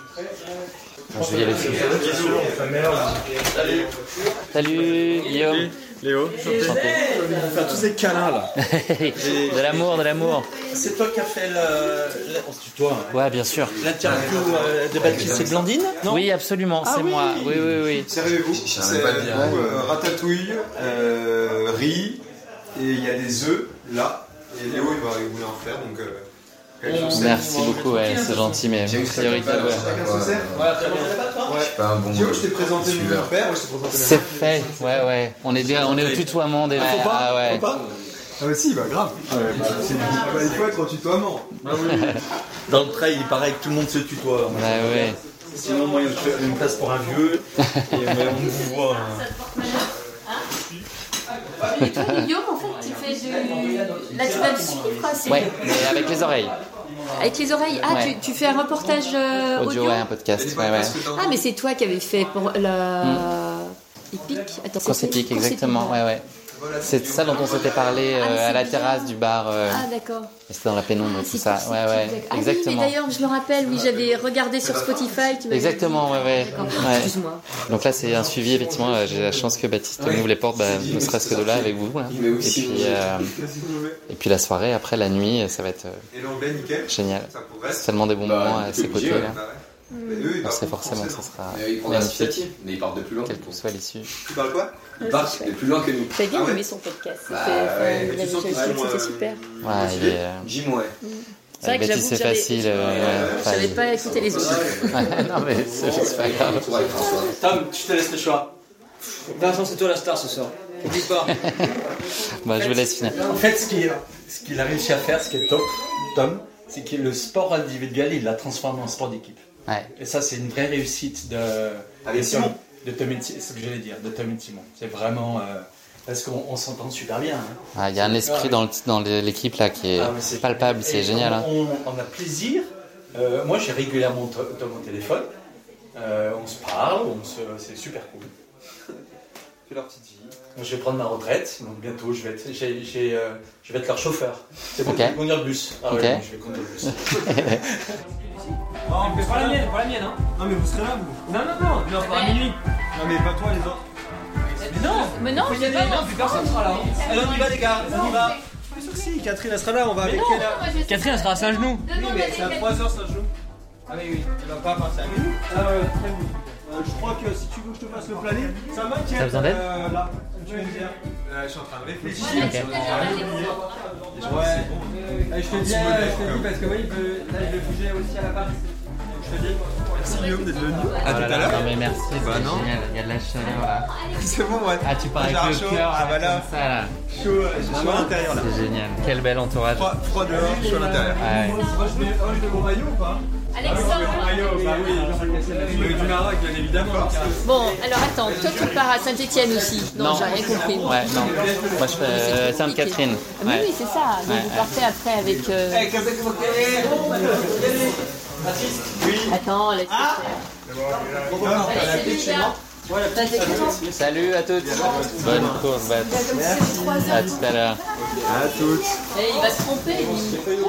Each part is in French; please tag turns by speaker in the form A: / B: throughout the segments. A: Je vais y aller. Salut Guillaume.
B: Léo, Faire tous ces câlins là.
A: de l'amour, de l'amour.
C: C'est toi qui as fait le- le- on se tutoie, hein.
A: Ouais, bien sûr.
C: l'interview euh, de Baptiste et Blandine Non Ah
A: Oui, absolument, c'est
C: oui.
A: moi. Oui, oui, oui.
D: Servez-vous, c'est
E: pas le dire.
D: du coup, euh, ratatouille, euh, riz, et il y a des œufs là, et Léo il va vous en faire donc. euh, quelque chose.
A: Merci beaucoup, ouais, c'est gentil, mais
E: J'ai eu que ça
A: priorité.
E: te
A: ouais.
E: balance,
D: Chacun
E: quoi.
D: se sert.
C: Voilà, très bien. Là-bas, toi
D: Ouais.
E: Pas un bon
D: Guillaume, oh, je t'ai présenté
E: suiveur.
D: mon père, ouais, je t'ai présenté ma
A: C'est
D: mère.
A: fait, ouais, ouais. On est, bien, on est au tutoiement déjà. Ah ouais.
D: Ah, bah si, bah grave. Bah, c'est- bah, il faut être en tutoiement.
C: Dans le trail, il paraît que tout le monde se tutoie.
A: Bah ouais.
C: Sinon, moi, il me fait une place pour un vieux. Et mais on vous voit. hein.
F: Et toi, Guillaume, en fait, tu fais de. Là, tu vas du suivre, quoi, c'est-
A: Ouais, mais avec les oreilles.
F: Avec les oreilles. Ah,
A: Ouais.
F: tu, tu fais un reportage euh,
A: Audio,
F: audio.
A: ouais, un podcast. Ouais, ouais.
F: Ah, mais c'est toi qui avais fait pour
A: Hmm.
F: la. Épique Attends,
A: Course
F: c'était-
A: épique,
F: Course
A: exactement. Ouais, ouais. C'est ça dont on s'était parlé euh,
F: Ah, mais c'est
A: à la
F: bien.
A: terrasse du bar. euh,
F: Ah, d'accord. Ah,
A: et C'était dans la pénombre et tout
F: C'est
A: ça.
F: Course
A: Ouais,
F: Épique,
A: ouais.
F: d'accord. Ah oui, mais
A: Exactement.
F: d'ailleurs, je me rappelle, oui, j'avais regardé sur Spotify. tu m'avais dit.
A: Exactement, ouais, ouais.
F: D'accord,
A: ouais.
F: Excuse-moi.
A: Donc là, c'est un suivi, effectivement. euh, J'ai la chance que Baptiste nous ouvre les portes, bah, ne serait-ce que de là avec vous. là. Et, puis, euh, et puis la soirée, après la nuit, ça va être euh,
D: Et l'anglais, nickel.
A: génial.
D: Ça progresse.
A: Seulement des bons
E: Bah,
A: moments à
E: t'es
A: ses
E: obligé,
A: côtés.
E: ouais.
A: Là.
D: Bah, ouais.
G: Hmm.
D: Mais eux, ils
A: Donc
D: parlent
A: Ah, c'est
D: pas
A: forcément,
D: français,
A: ça
D: non
A: sera
E: Mais il prend
A: magnifique,
E: l'initiative, mais il part de plus loin.
A: quelle que soit l'issue.
D: Tu parles quoi
E: Il part de plus loin que nous.
G: T'as bien
D: Ah ouais.
G: aimé son podcast. C'était-
E: Bah
F: euh,
G: enfin,
E: ouais.
G: il avait
D: Tu sens
G: déjà dit
D: qu'ils
G: que
D: sont,
G: c'était
D: euh,
G: super.
A: Ouais, il est, euh,
E: Jim, ouais.
G: C'est vrai que
A: avec Baptiste,
G: j'avoue que
A: Bah, c'est
G: j'avais-
A: facile. euh, ouais, enfin,
F: J'avais
A: il-
F: pas écouté les autres.
A: Ouais, non, mais c'est juste pas grave.
E: Tour avec François.
H: Tom, je te laisse le choix. Vincent, c'est toi la star ce soir. Oublie pas.
A: Bah, je vous laisse finir.
C: En fait, ce qu'il ce qu'il a réussi à faire, ce qui est top, Tom, c'est que le sport individuel, il l'a transformé en sport d'équipe.
A: Ouais.
C: Et ça, c'est une vraie réussite de,
D: Avec
C: de
D: Simon.
C: Tom- de Tom et Ti- c'est ce que j'allais dire, de Tom et Timon. C'est vraiment. euh, parce qu'on on s'entend super bien. hein.
A: Ah, Il y a un esprit dans le- dans l'équipe là qui est
C: Ah, mais c'est-
A: palpable, c'est
C: et
A: génial. hein.
C: On, on a plaisir. Euh, moi, j'ai régulièrement to- Tom au téléphone. Euh, on se parle, on se- c'est super cool.
D: Fais leur petite vie.
C: Je vais prendre ma retraite, donc bientôt je vais être, j'ai- j'ai, euh, je vais être leur chauffeur. C'est bon,
A: Ok.
C: je vais conduire le bus. Ah
A: Ok.
C: ouais, bon, je vais conduire le bus.
H: Non, mais pas la mienne, pas la mienne, hein.
B: Non mais vous serez là vous.
H: Non, non, non, non, pas à minuit.
B: Non mais pas toi les autres.
H: Mais non,
F: Mais non,
H: faut y
F: j'ai
H: aller,
F: pas
H: non, plus personne sera là. hein. Allez, on y va, les gars, on y va.
B: Bien sûr que si, Catherine elle sera là, on va avec elle. à-
H: Catherine, elle sera à sa genou.
B: Oui mais c'est à 3h ça joue.
H: Ah, oui, oui.
B: Elle va pas partir avec nous. Euh, très bien. Euh, je crois que si tu veux que je te fasse le planning, ça m'inquiète.
A: T'as besoin d'aide
B: euh, Là, tu veux me dire.
D: Euh, je suis en train de réfléchir.
B: Ouais. Euh, je te dis, euh, je te dis parce que oui, il peut- là je vais bouger aussi à la part. Je te dis.
D: Merci Guillaume d'être venu. À
A: Oh
D: tout
A: là
D: à
A: là,
D: l'heure.
A: non, mais merci, c'est
D: Bah, non.
A: génial. Il y a de la chaleur là.
D: C'est bon, ouais.
A: Ah, tu pars avec
D: Gérard
A: le
D: Shaw,
A: cœur
D: ah, bah là.
A: comme ça là.
D: Chaud, euh, je suis à l'intérieur là.
A: C'est génial. Quel bel entourage.
D: Froid, froid dehors, je suis à l'intérieur.
A: Ouais.
B: Moi je mets, moi, je mets mon maillot ou pas
F: Alexandre.
D: Ah
B: Maillot, bah oui, je mets du Maroc bien évidemment.
F: Bon, alors attends, toi tu pars à Saint-Etienne aussi. Non,
A: Non.
F: j'ai rien compris. moi.
A: Ouais, non. Moi, je fais euh, Sainte-Catherine.
F: Ah, mais
A: Ouais.
F: oui, c'est ça. Donc
A: Ouais,
F: vous
A: ouais.
F: partez après avec. euh, Attends, laisse
A: Salut à toutes. Bonne course, Bat. À tout à l'heure.
D: À toutes.
F: Eh, il va se tromper. lui.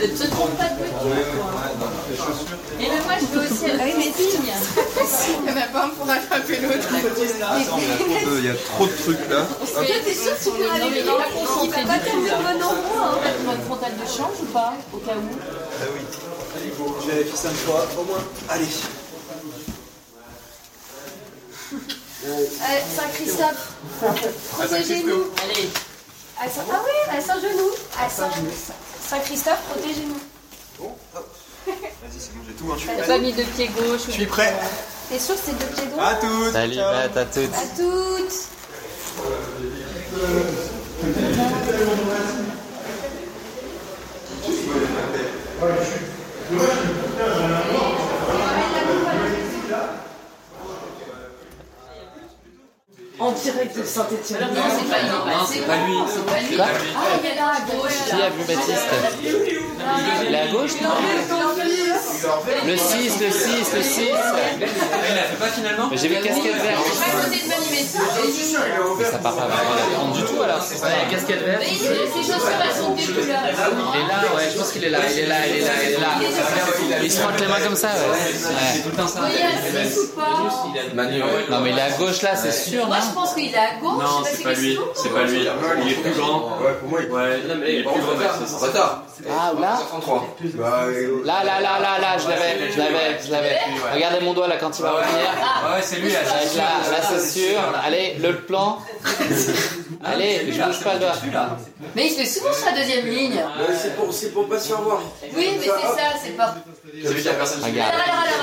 F: Ne te trompe pas de voiture. Et ben moi je veux aussi aller mes signes.
G: Il y en a pas un pour attraper l'autre.
D: Il y a trop de trucs là.
F: T'es sûr que tu peux aller les pas concentrer du tout. bon endroit. Hein. Frontal de change ou pas Au cas où.
D: Ah oui. Allez, bon, je vérifie ça une fois, au moins. Allez.
I: Euh, Saint-Christophe, protégez-nous.
F: Allez.
I: À Saint- Ah oui, à Saint-Genou. À Saint- Saint-Christophe, protégez-nous.
D: Vas-y, c'est bon, j'ai tout, hein, je suis
F: T'as
D: prêt.
F: pas mis de pied gauche.
D: Je suis prêt.
I: T'es sûr que c'est deux pieds d'eau
D: À toutes.
A: Salut,
D: Ciao.
A: Bat, à toutes.
I: À toutes.
F: Alors non, c'est pas. bah,
C: Non,
F: c'est
C: c'est
F: bon,
C: pas lui.
F: c'est pas lui.
A: Quoi
F: Ah, il y a là, il y a là.
A: Qui a vu Baptiste Il est à gauche, non Le 6, le 6, le 6
C: Elle a fait pas finalement
A: Mais j'ai vu casquette
F: Je
A: verte
F: vais pas poser de m'animer.
A: Mais ça part pas vraiment la grande du tout alors Ouais, la casquette verte
F: Mais
A: ici.
F: il- ses chaussures, elles sont des couleurs.
A: Il est là, ouais, je pense qu'il est là, il est là, il est là, il est là Il se pointe les mains comme ça, ouais,
C: C'est tout
A: ouais.
C: le temps ça.
F: Oui, il y a le six ou pas
E: Manu, ouais.
A: Non mais il est à gauche là, c'est sûr,
F: Moi,
A: non
F: je pense qu'il est à gauche.
C: Non,
F: je sais
C: c'est pas lui.
F: question.
C: C'est pas lui. Il est plus grand.
D: Ouais, pour moi, il
C: Ouais, il est plus grand.
E: En retard.
A: Ah, ou là
E: 133.
D: Bah, euh,
A: Là, là, là, là, là, je l'avais, je l'avais, je l'avais Regardez mon doigt là quand il va revenir
C: Ouais, Ah, c'est lui.
A: Ça va être là, là c'est sûr Allez, le plan Allez, Eh, je bouge pas le doigt
F: Mais il se fait souvent sur la deuxième ligne.
E: C'est pour, c'est pour pas se faire voir.
F: Oui, mais c'est ça, c'est pas.
E: J'ai vu qu'il y a personne qui
A: Regarde,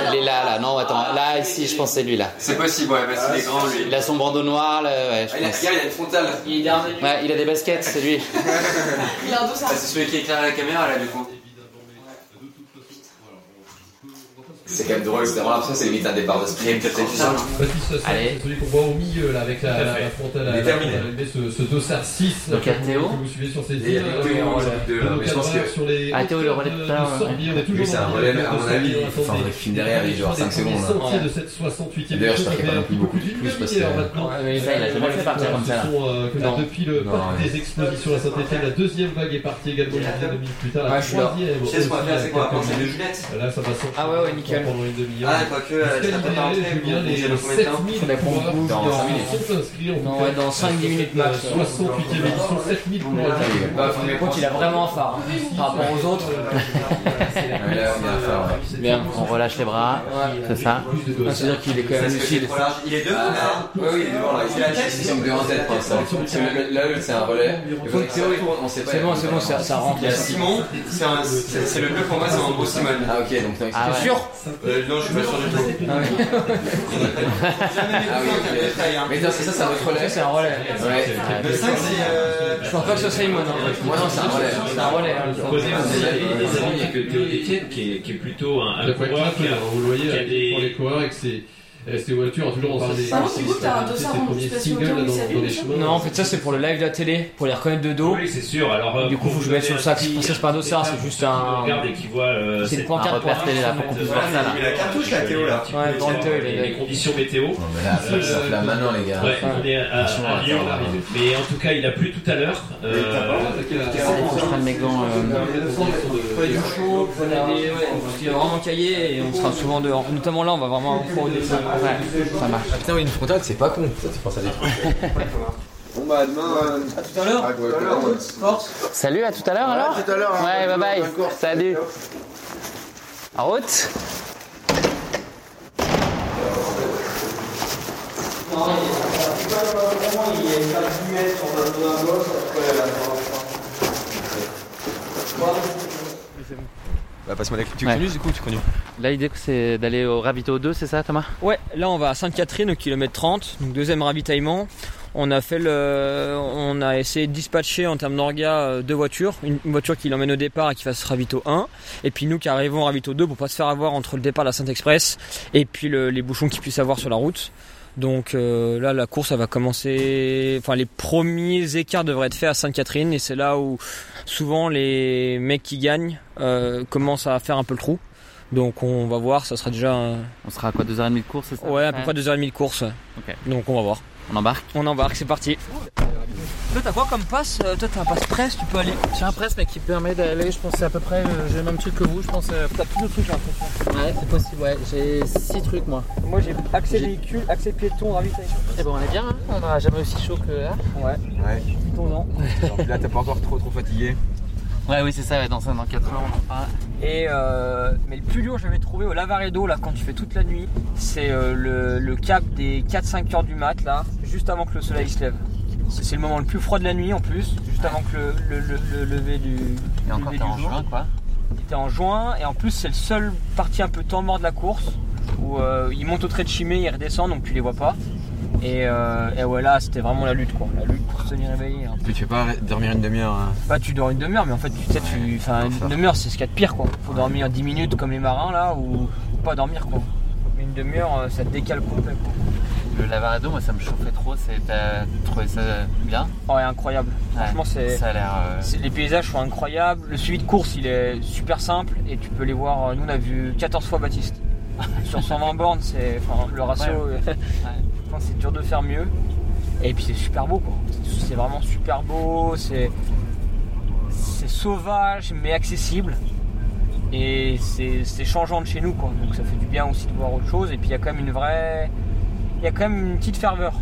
A: il est là, là, non, attends, là, ici, je pense que c'est lui, là.
E: C'est possible, ouais, parce qu'il est grand lui.
A: Il a son bandeau noir, là, ouais, je
E: Ah, il a,
A: pense.
E: regarde, il a une frontale.
C: Il est dernier.
A: Ouais, il a des baskets, c'est lui.
F: Il a un dos sur
E: Ah, c'est celui qui éclaire la caméra là du coup. C'est quand même drôle, c'est vraiment l'impression que c'est limite un départ de sprint, peut-être épuisant.
A: Allez.
J: celui qu'on voit au milieu là avec la, la, la frontale à
E: terminé.
J: l'arrivée, ce, ce dossard 6
A: Donc, à
J: que
A: Théo.
J: vous suivez sur ces
E: Et
J: îles.
E: avec Théo, on relève deux, là, mais je pense que-
J: Sur les euh,
A: Ah, Théo, le relais de tard, ouais.
E: Lui, c'est un relais, mais à mon avis, il faut faire un film derrière, il est genre cinq secondes, là. D'ailleurs, j'espère qu'il y a pas non plus beaucoup de plus, parce que-
A: Ça, il a jamais fait partir comme ça, là.
J: Non. euh, Depuis le parc des expositions à Saint-Etienne, la deuxième vague est partie également il y a deux minutes plus tard. La troisième
E: Tu sais ce qu'on va
J: aussi,
E: faire, c'est qu'on va
J: quelques
E: penser de
J: minutes.
E: Juliette.
J: Là, ça va s'enchaîner
A: Ah ouais, ouais, nickel.
J: Pendant une demi-heure.
E: Ah, quoique, euh, je
J: Quelle
E: la prépare
J: idée,
E: après,
J: Julien,
E: j'ai
J: les
E: le premier
J: 7000
E: temps.
J: coureurs
E: Dans
J: qui en
E: cinq minutes.
J: sont inscrits en
H: Non,
J: tout
H: ouais,
J: cas,
H: dans
J: à
H: 5-10
J: cette,
H: minutes
J: euh,
H: max.
J: 68e édition, 7000 coureurs.
E: Bah, faut
H: Par contre, il a vraiment un phare hein, par rapport aux autres.
K: Euh,
E: Ouais, là, on est à faire, ouais.
A: Bien, on relâche les bras, c'est ça.
H: Ah, C'est-à-dire qu'il est quand même
E: Parce que c'est
H: lucide.
E: trop large. Il est deux
D: hein.
E: là
J: Ouais, oui, il est devant,
E: Ah, bah
J: là.
E: Il est là, il semble en tête pour l'instant. Là, c'est un relais. on sait pas.
H: C'est bon, c'est bon, ça, ça rentre.
E: Il y a Simon, c'est un- c'est c'est le bleu pour moi, c'est un gros Simone. Ah, ok, donc
A: Ah ouais.
H: Sûr
E: Euh, non, je suis pas sûr du tout. Ah oui, ok. Mais non, c'est ça, c'est un autre relais.
H: Ça, c'est un relais.
E: Ouais.
A: Ouais.
E: Le 5, c'est. euh,
H: Je pense pas que ce soit Simon. hein.
E: Moi, non, c'est un relais.
H: C'est un relais. hein, le phare.
J: Posez
E: Ah, c'est-
J: vous savez, il y a que Théo Détienne
K: qui est, plutôt un,
J: Ça peut être un peu, hein, vous le voyez,
K: qui a
J: avec-
K: des-
J: pour les coureurs, avec ses, euh, ses euh, voitures, toujours on parle des
I: Par contre, du coup, t'as un
J: des-
I: dossard
J: des
I: en
J: premiers
I: participation
J: singles
I: au
J: dans,
I: Tour du
J: dans
I: Salut,
J: les
I: ça
J: chemins.
H: Non, en fait, ça c'est pour le live de la télé, pour les reconnaître de dos.
K: Oui, c'est sûr. Alors, euh,
H: Du coup,
K: pour
H: faut que je mette sur le sac. Je pensais que je parlais d'Auxerre, c'est juste un-
K: Regarde et qui voit. euh,
H: C'est une
K: cette-
A: Un
H: pancarte pour
A: repère télé là pour qu'on
K: cette,
A: puisse
K: euh,
A: voir ça là.
D: Il a la cartouche, là, Théo, là.
H: Ouais, dans le Théo, il est-
K: les, les conditions météo.
E: Non, mais là, ça ça flamme maintenant, les gars.
K: Ouais, on est à, à
E: Attention, on va
K: Lyon,
E: faire la-
K: mais en tout cas, il a plu tout à l'heure.
J: Et t'as pas
K: Euh,
J: honte, qu'il a-
A: Allez, faut que je prenne mes gants. euh,
H: Prenez du chaud, prenez des. Ouais, parce qu'il est vraiment caillé et on sera souvent dehors. Notamment là, on va vraiment avoir des. Ouais.
A: Ça marche.
E: Ah, putain, oui, une frontale, c'est pas con. Ça, tu penses à des trucs.
D: Bon, bah, demain. euh,
H: Tout à l'heure,
D: à tout à l'heure.
H: force.
A: Salut, à tout à l'heure alors
D: À tout à l'heure. hein.
A: Ouais, bye bye.
D: Bonne course.
A: Salut. En route
H: euh, euh,
D: Bah, passe-moi la clé. Tu
A: Ouais.
D: continues, du coup, tu continues.
A: Là, l'idée c'est d'aller au Ravito 2, c'est ça Thomas
H: Ouais, là on va à Sainte-Catherine au kilomètre 30, donc deuxième ravitaillement. On a fait le, on a essayé de dispatcher en termes d'orga euh, deux voitures, une une voiture qui l'emmène au départ et qui fasse ravito 1, et puis nous qui arrivons au ravito 2 pour pas se faire avoir entre le départ de la Sainte Express et puis le- les bouchons qu'ils puissent avoir sur la route. Donc euh, là la course elle va commencer, enfin les premiers écarts devraient être faits à Sainte-Catherine et c'est là où souvent les mecs qui gagnent euh, commencent à faire un peu le trou. Donc on va voir, ça sera déjà un-
A: On sera à quoi 2h30 de course, c'est ça
H: Ouais, à peu près 2h30 de course. ouais.
A: Ok.
H: Donc on va voir.
A: On embarque
H: On embarque, c'est parti. Toi t'as quoi comme passe Euh, Toi t'as un passe presse, tu peux aller. J'ai un presse mec qui permet d'aller, je pense à peu près, euh, j'ai le même truc que vous, je pense. euh, T'as plus de trucs là,
L: Ouais, c'est possible, ouais. J'ai 6 trucs moi.
H: Moi j'ai accès véhicule, accès piéton, ravitaillement.
M: Eh ben,
L: Et bon, on est bien, hein on n'a jamais aussi chaud que là.
H: Piéton,
E: Là, t'es pas encore trop trop fatigué.
A: Ouais, oui, c'est ça, ouais, dans 4 heures, on en parle.
M: Ah,
H: Et euh, mais le plus dur, j'avais trouvé au Lavaredo là quand tu fais toute la nuit, c'est euh, le, le cap des 4-5 heures du mat là, juste avant que le soleil se lève. C'est c'est le moment le plus froid de la nuit en plus, juste avant que le, le- le- le lever du,
A: Et encore,
H: lever
A: t'es
H: du
A: en
H: jour.
A: juin, quoi.
H: était en juin et en plus c'est le seul parti un peu temps mort de la course où euh, ils montent au trait de chimée, ils redescendent donc tu les vois pas. Et, euh, et ouais là c'était vraiment la lutte quoi, la lutte pour se tenir réveillé. hein.
E: Puis tu fais pas dormir une demi-heure. hein.
H: Bah tu dors une demi-heure mais en fait tu sais tu. Enfin une demi-heure c'est ce qu'il y a de pire quoi. Faut dormir 10 minutes comme les marins là ou, ou pas dormir quoi. Mais une demi-heure euh, ça te décale complet quoi.
M: Le Lavaredo, moi ça me chauffait trop. C'est- T'as trouvé ça bien
H: Ouais, incroyable. Franchement, c'est.
M: ça a l'air, euh,
H: c'est- Les paysages sont incroyables. Le suivi de course, il est super simple et tu peux les voir. euh, Nous, on a vu 14 fois Baptiste. Sur 120 bornes, c'est. Enfin, le ratio.
M: Ouais.
H: euh, enfin, c'est dur de faire mieux. Et puis, c'est super beau, quoi. C'est vraiment super beau. C'est. C'est sauvage, mais accessible. Et c'est c'est changeant de chez nous, quoi. Donc, ça fait du bien aussi de voir autre chose. Et puis, il y a quand même une vraie. Il y a quand même une petite ferveur.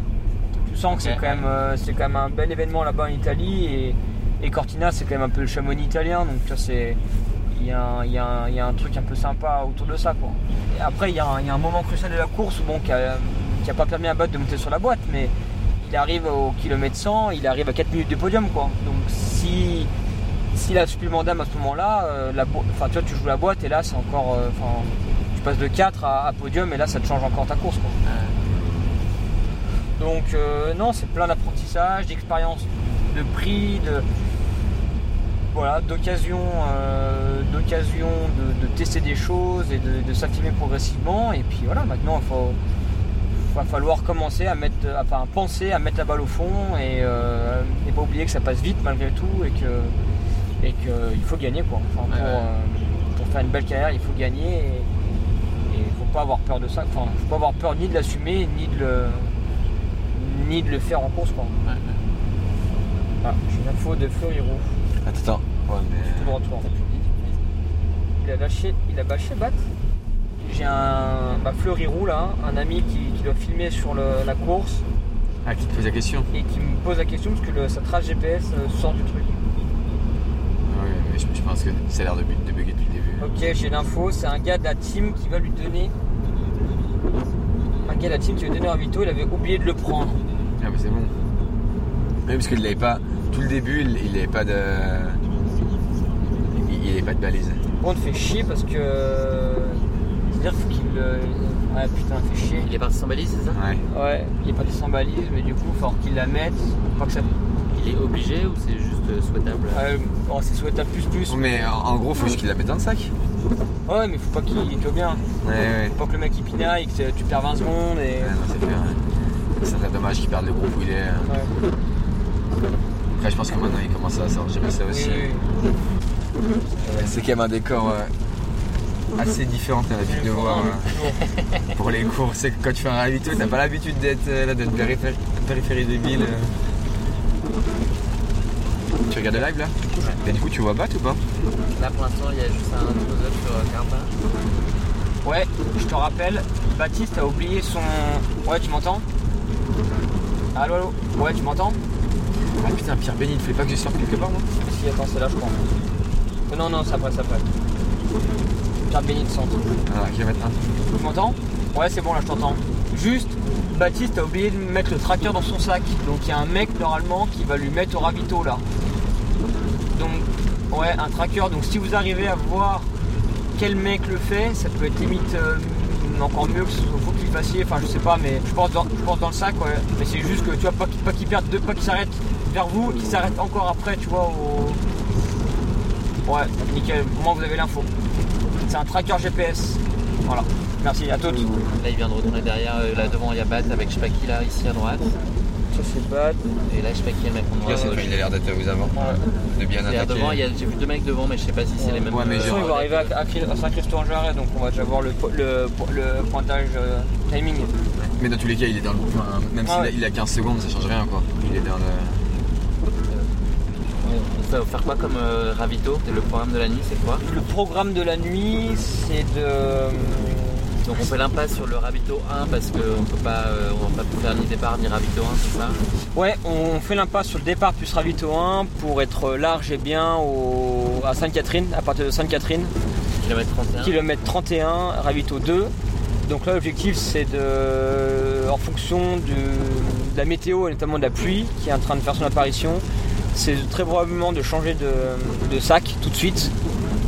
H: Tu sens que c'est quand, même, euh, c'est quand même un bel événement là-bas en Italie et, et Cortina c'est quand même un peu le Chamonix italien donc tu vois, c'est il y, a un- il y a un- il y a un truc un peu sympa autour de ça quoi. Et après il y, a un- il y a un moment crucial de la course bon, qui n'a pas permis à Bott de monter sur la boîte mais il arrive au kilomètre 100, il arrive à 4 minutes du podium quoi. Donc si s'il a supplément d'âme à ce moment-là, euh, la bo- enfin tu vois tu joues la boîte et là c'est encore euh, enfin, tu passes de 4 à, à podium et là ça te change encore ta course quoi. Donc euh, non, c'est plein d'apprentissage, d'expérience, de prix, de voilà, d'occasion, euh, d'occasion de, de tester des choses et de, de s'affirmer progressivement. Et puis voilà, maintenant il faut va falloir commencer à mettre, à, enfin, penser à mettre la balle au fond et, euh, et pas oublier que ça passe vite malgré tout et que et que il faut gagner quoi. Enfin, pour, euh, pour faire une belle carrière, il faut gagner et il faut pas avoir peur de ça. Enfin, faut pas avoir peur ni de l'assumer ni de le ni de le faire en course quoi. Voilà, Ah, j'ai une info de Floriro.
M: Attends, attends. Ouais,
H: Tout droit, tout droit. Il a lâché, il a bâché Bat. J'ai un bah, Fleury Roux là, un ami qui, qui doit filmer sur le- la course
E: Ah, qui te pose la question
H: et qui me pose la question parce que le- sa trace GPS euh, sort du truc.
E: Ah Oui, mais je, je pense que ça a l'air de, bu- de bugger depuis le début.
H: Ok, j'ai l'info, c'est un gars de la team qui va lui donner. Un gars de la team qui va donner un vito, il avait oublié de le prendre.
E: Ah, mais c'est bon. Oui, parce qu'il n'avait pas. Tout le début, il il n'avait pas de. Il n'avait pas de balise.
H: Bon, on te fait chier parce que. C'est-à-dire qu'il faut qu'il. euh, Ouais, putain, fait chier.
M: Il est parti sans balise, c'est ça
E: Ouais.
H: Ouais, il est parti sans balise, mais du coup, il faut alors qu'il la mette. faut Pas que ça.
M: Il est obligé ou c'est juste euh, souhaitable
H: Ouais, bon, oh, c'est souhaitable plus plus.
E: Oh, Mais en, en gros, faut juste qu'il la mette dans le sac.
H: Ouais, mais faut pas qu'il tu vois bien.
E: Ouais, ouais.
H: Faut pas que le mec il pinaille, que tu perds 20 secondes et.
E: Ah non, c'est clair. ouais. Ça serait dommage qu'il perde le groupe où il est. hein.
H: Ouais.
E: Après, je pense que maintenant, il commence à sortir ça aussi. C'est quand même un décor euh, assez différent, t'as l'habitude de voir. euh, pour les courses, c'est que quand tu fais un rallye tu t'as pas l'habitude d'être euh, là, d'être périphérie, périphérie de ville. euh. Tu regardes le live là Et du coup, tu vois Bat ou pas
M: Là pour l'instant, il y a juste un close-up sur euh, Carpa.
H: Ouais, je te rappelle, Baptiste a oublié son. Ouais, tu m'entends Allô, allô Ouais, tu m'entends
E: Ah putain, Pierre Béni, il fallait pas que je sorte quelque part moi
H: Si, attends, c'est là, je crois. Oh, Non, non, c'est après, c'est après. Pierre Béni de centre.
E: Ah, ok, maintenant.
H: Tu m'entends Ouais, c'est bon, là, je t'entends. Juste, Baptiste a oublié de mettre le tracker dans son sac. Donc, il y a un mec, normalement, qui va lui mettre au ravito, là. Donc, ouais, un tracker. Donc, si vous arrivez à voir quel mec le fait, ça peut être limite euh, encore mieux que ce faut que tu le fassiez. Enfin, je sais pas, mais je pense dans, je pense dans le sac, ouais. Mais c'est juste que, tu vois, pas, qu'il- pas qu'il perde deux, pas qu'il s'arrête vers vous, qu'il s'arrête encore après, tu vois, au... Ouais, nickel. Au moins, vous avez l'info. C'est un tracker GPS. Voilà. Merci, à toutes.
M: Là, il vient de retourner derrière. euh, Là devant, il y a Bat avec je sais pas qui là, ici à droite.
H: Ça, c'est Bat.
M: Et là, je sais pas qui est le mec en noir.
E: Là, c'est pas- il a l'air d'être aux avant. De bien
M: Derrière
E: attaquer.
M: devant, il y a- j'ai vu deux mecs devant, mais je sais pas si c'est les mêmes.
E: Ouais, mais
M: euh,
H: De toute façon, ils vont arriver à, à Cri- à Saint-Christophe-en-Jarret, donc on va déjà voir le, po- le, po- le pointage euh, timing.
E: Mais dans tous les cas, il est dans le groupe. hein. Même s'il
H: Ah
E: a-
H: ouais.
E: il a 15 secondes, ça change rien quoi. Il est dans le.
M: Ça va faire quoi comme euh, ravito Et Le programme de la nuit, c'est quoi
H: Le programme de la nuit, c'est euh, de.
M: Donc on fait l'impasse sur le ravito 1 parce qu'on peut pas, euh, on va pas faire ni départ ni ravito 1, c'est ça
H: Ouais, on fait l'impasse sur le départ plus Ravito 1 pour être large et bien au, à Sainte-Catherine, à partir de Sainte-Catherine,
M: Kilomètre 31.
H: kilomètre 31, Ravito 2. Donc là, l'objectif, c'est de, en fonction du- de la météo et notamment de la pluie qui est en train de faire son apparition, c'est très probablement de changer de, de sac tout de suite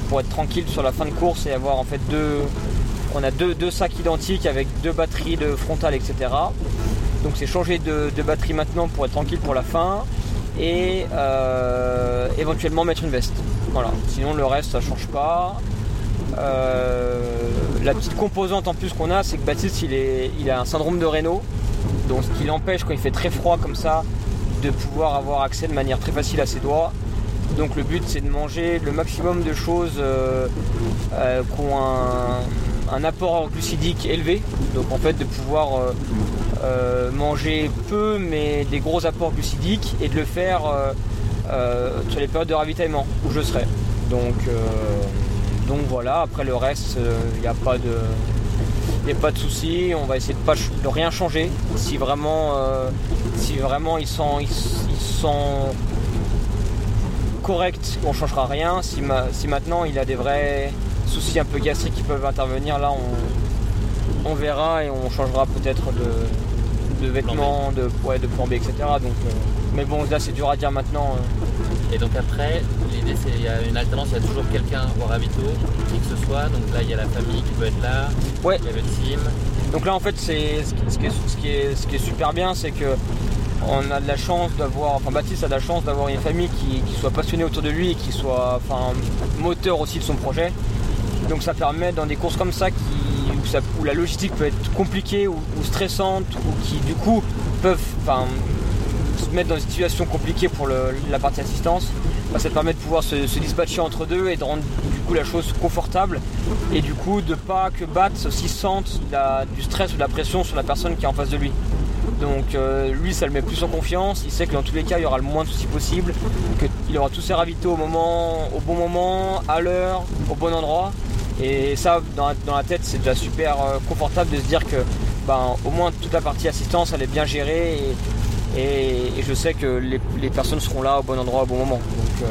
H: pour être tranquille sur la fin de course et avoir en fait deux. On a deux, deux sacs identiques avec deux batteries de frontale, etc. Donc c'est changer de, de batterie maintenant pour être tranquille pour la fin et euh, éventuellement mettre une veste. Voilà. Sinon le reste ça change pas. Euh, la petite composante en plus qu'on a, c'est que Baptiste il, est, il a un syndrome de Raynaud. Donc ce qui l'empêche quand il fait très froid comme ça de pouvoir avoir accès de manière très facile à ses doigts. Donc le but c'est de manger le maximum de choses euh, euh, qui ont un, un apport glucidique élevé. Donc en fait de pouvoir euh, euh, manger peu mais des gros apports glucidiques et de le faire euh, euh, sur les périodes de ravitaillement où je serai. Donc, euh, donc voilà, après le reste, il n'y a pas de. y a pas de souci, on va essayer de, pas, ch- de rien changer. Si vraiment, euh, si vraiment ils sont, ils, ils sont corrects, on changera rien. Si, ma- si maintenant il a des vrais soucis un peu gastriques qui peuvent intervenir, là on, on verra et on changera peut-être de, de vêtements, de, ouais, de plan B, etc. Donc, euh, mais bon, là c'est dur à dire maintenant. euh.
A: Et donc après, l'idée c'est il y a une alternance, il y a toujours quelqu'un au ravito, qui que ce soit. Donc là, il y a la famille qui peut être là,
H: Ouais.
A: il y a le team.
H: Donc là en fait c'est ce qui- ce qui, est, ce qui est- ce qui est super bien c'est que on a de la chance d'avoir, enfin Baptiste a de la chance d'avoir une famille qui, qui soit passionnée autour de lui et qui soit enfin, moteur aussi de son projet. Donc ça permet dans des courses comme ça qui, où, ça- où la logistique peut être compliquée ou, ou stressante ou qui du coup peuvent enfin, se mettre dans une situation compliquée pour le- la partie assistance, bah, ça te permet de pouvoir se, se dispatcher entre deux et de rendre du coup la chose confortable et du coup de pas que Batz s'y sente la- du stress ou de la pression sur la personne qui est en face de lui. Donc euh, lui ça le met plus en confiance, il sait que dans tous les cas il y aura le moins de soucis possible, qu'il aura tous ses ravitaux au moment, au bon moment, à l'heure, au bon endroit. Et ça dans la, dans la tête c'est déjà super euh, confortable de se dire que ben, au moins toute la partie assistance elle est bien gérée et, et, et je sais que les, les personnes seront là au bon endroit au bon moment. Donc euh,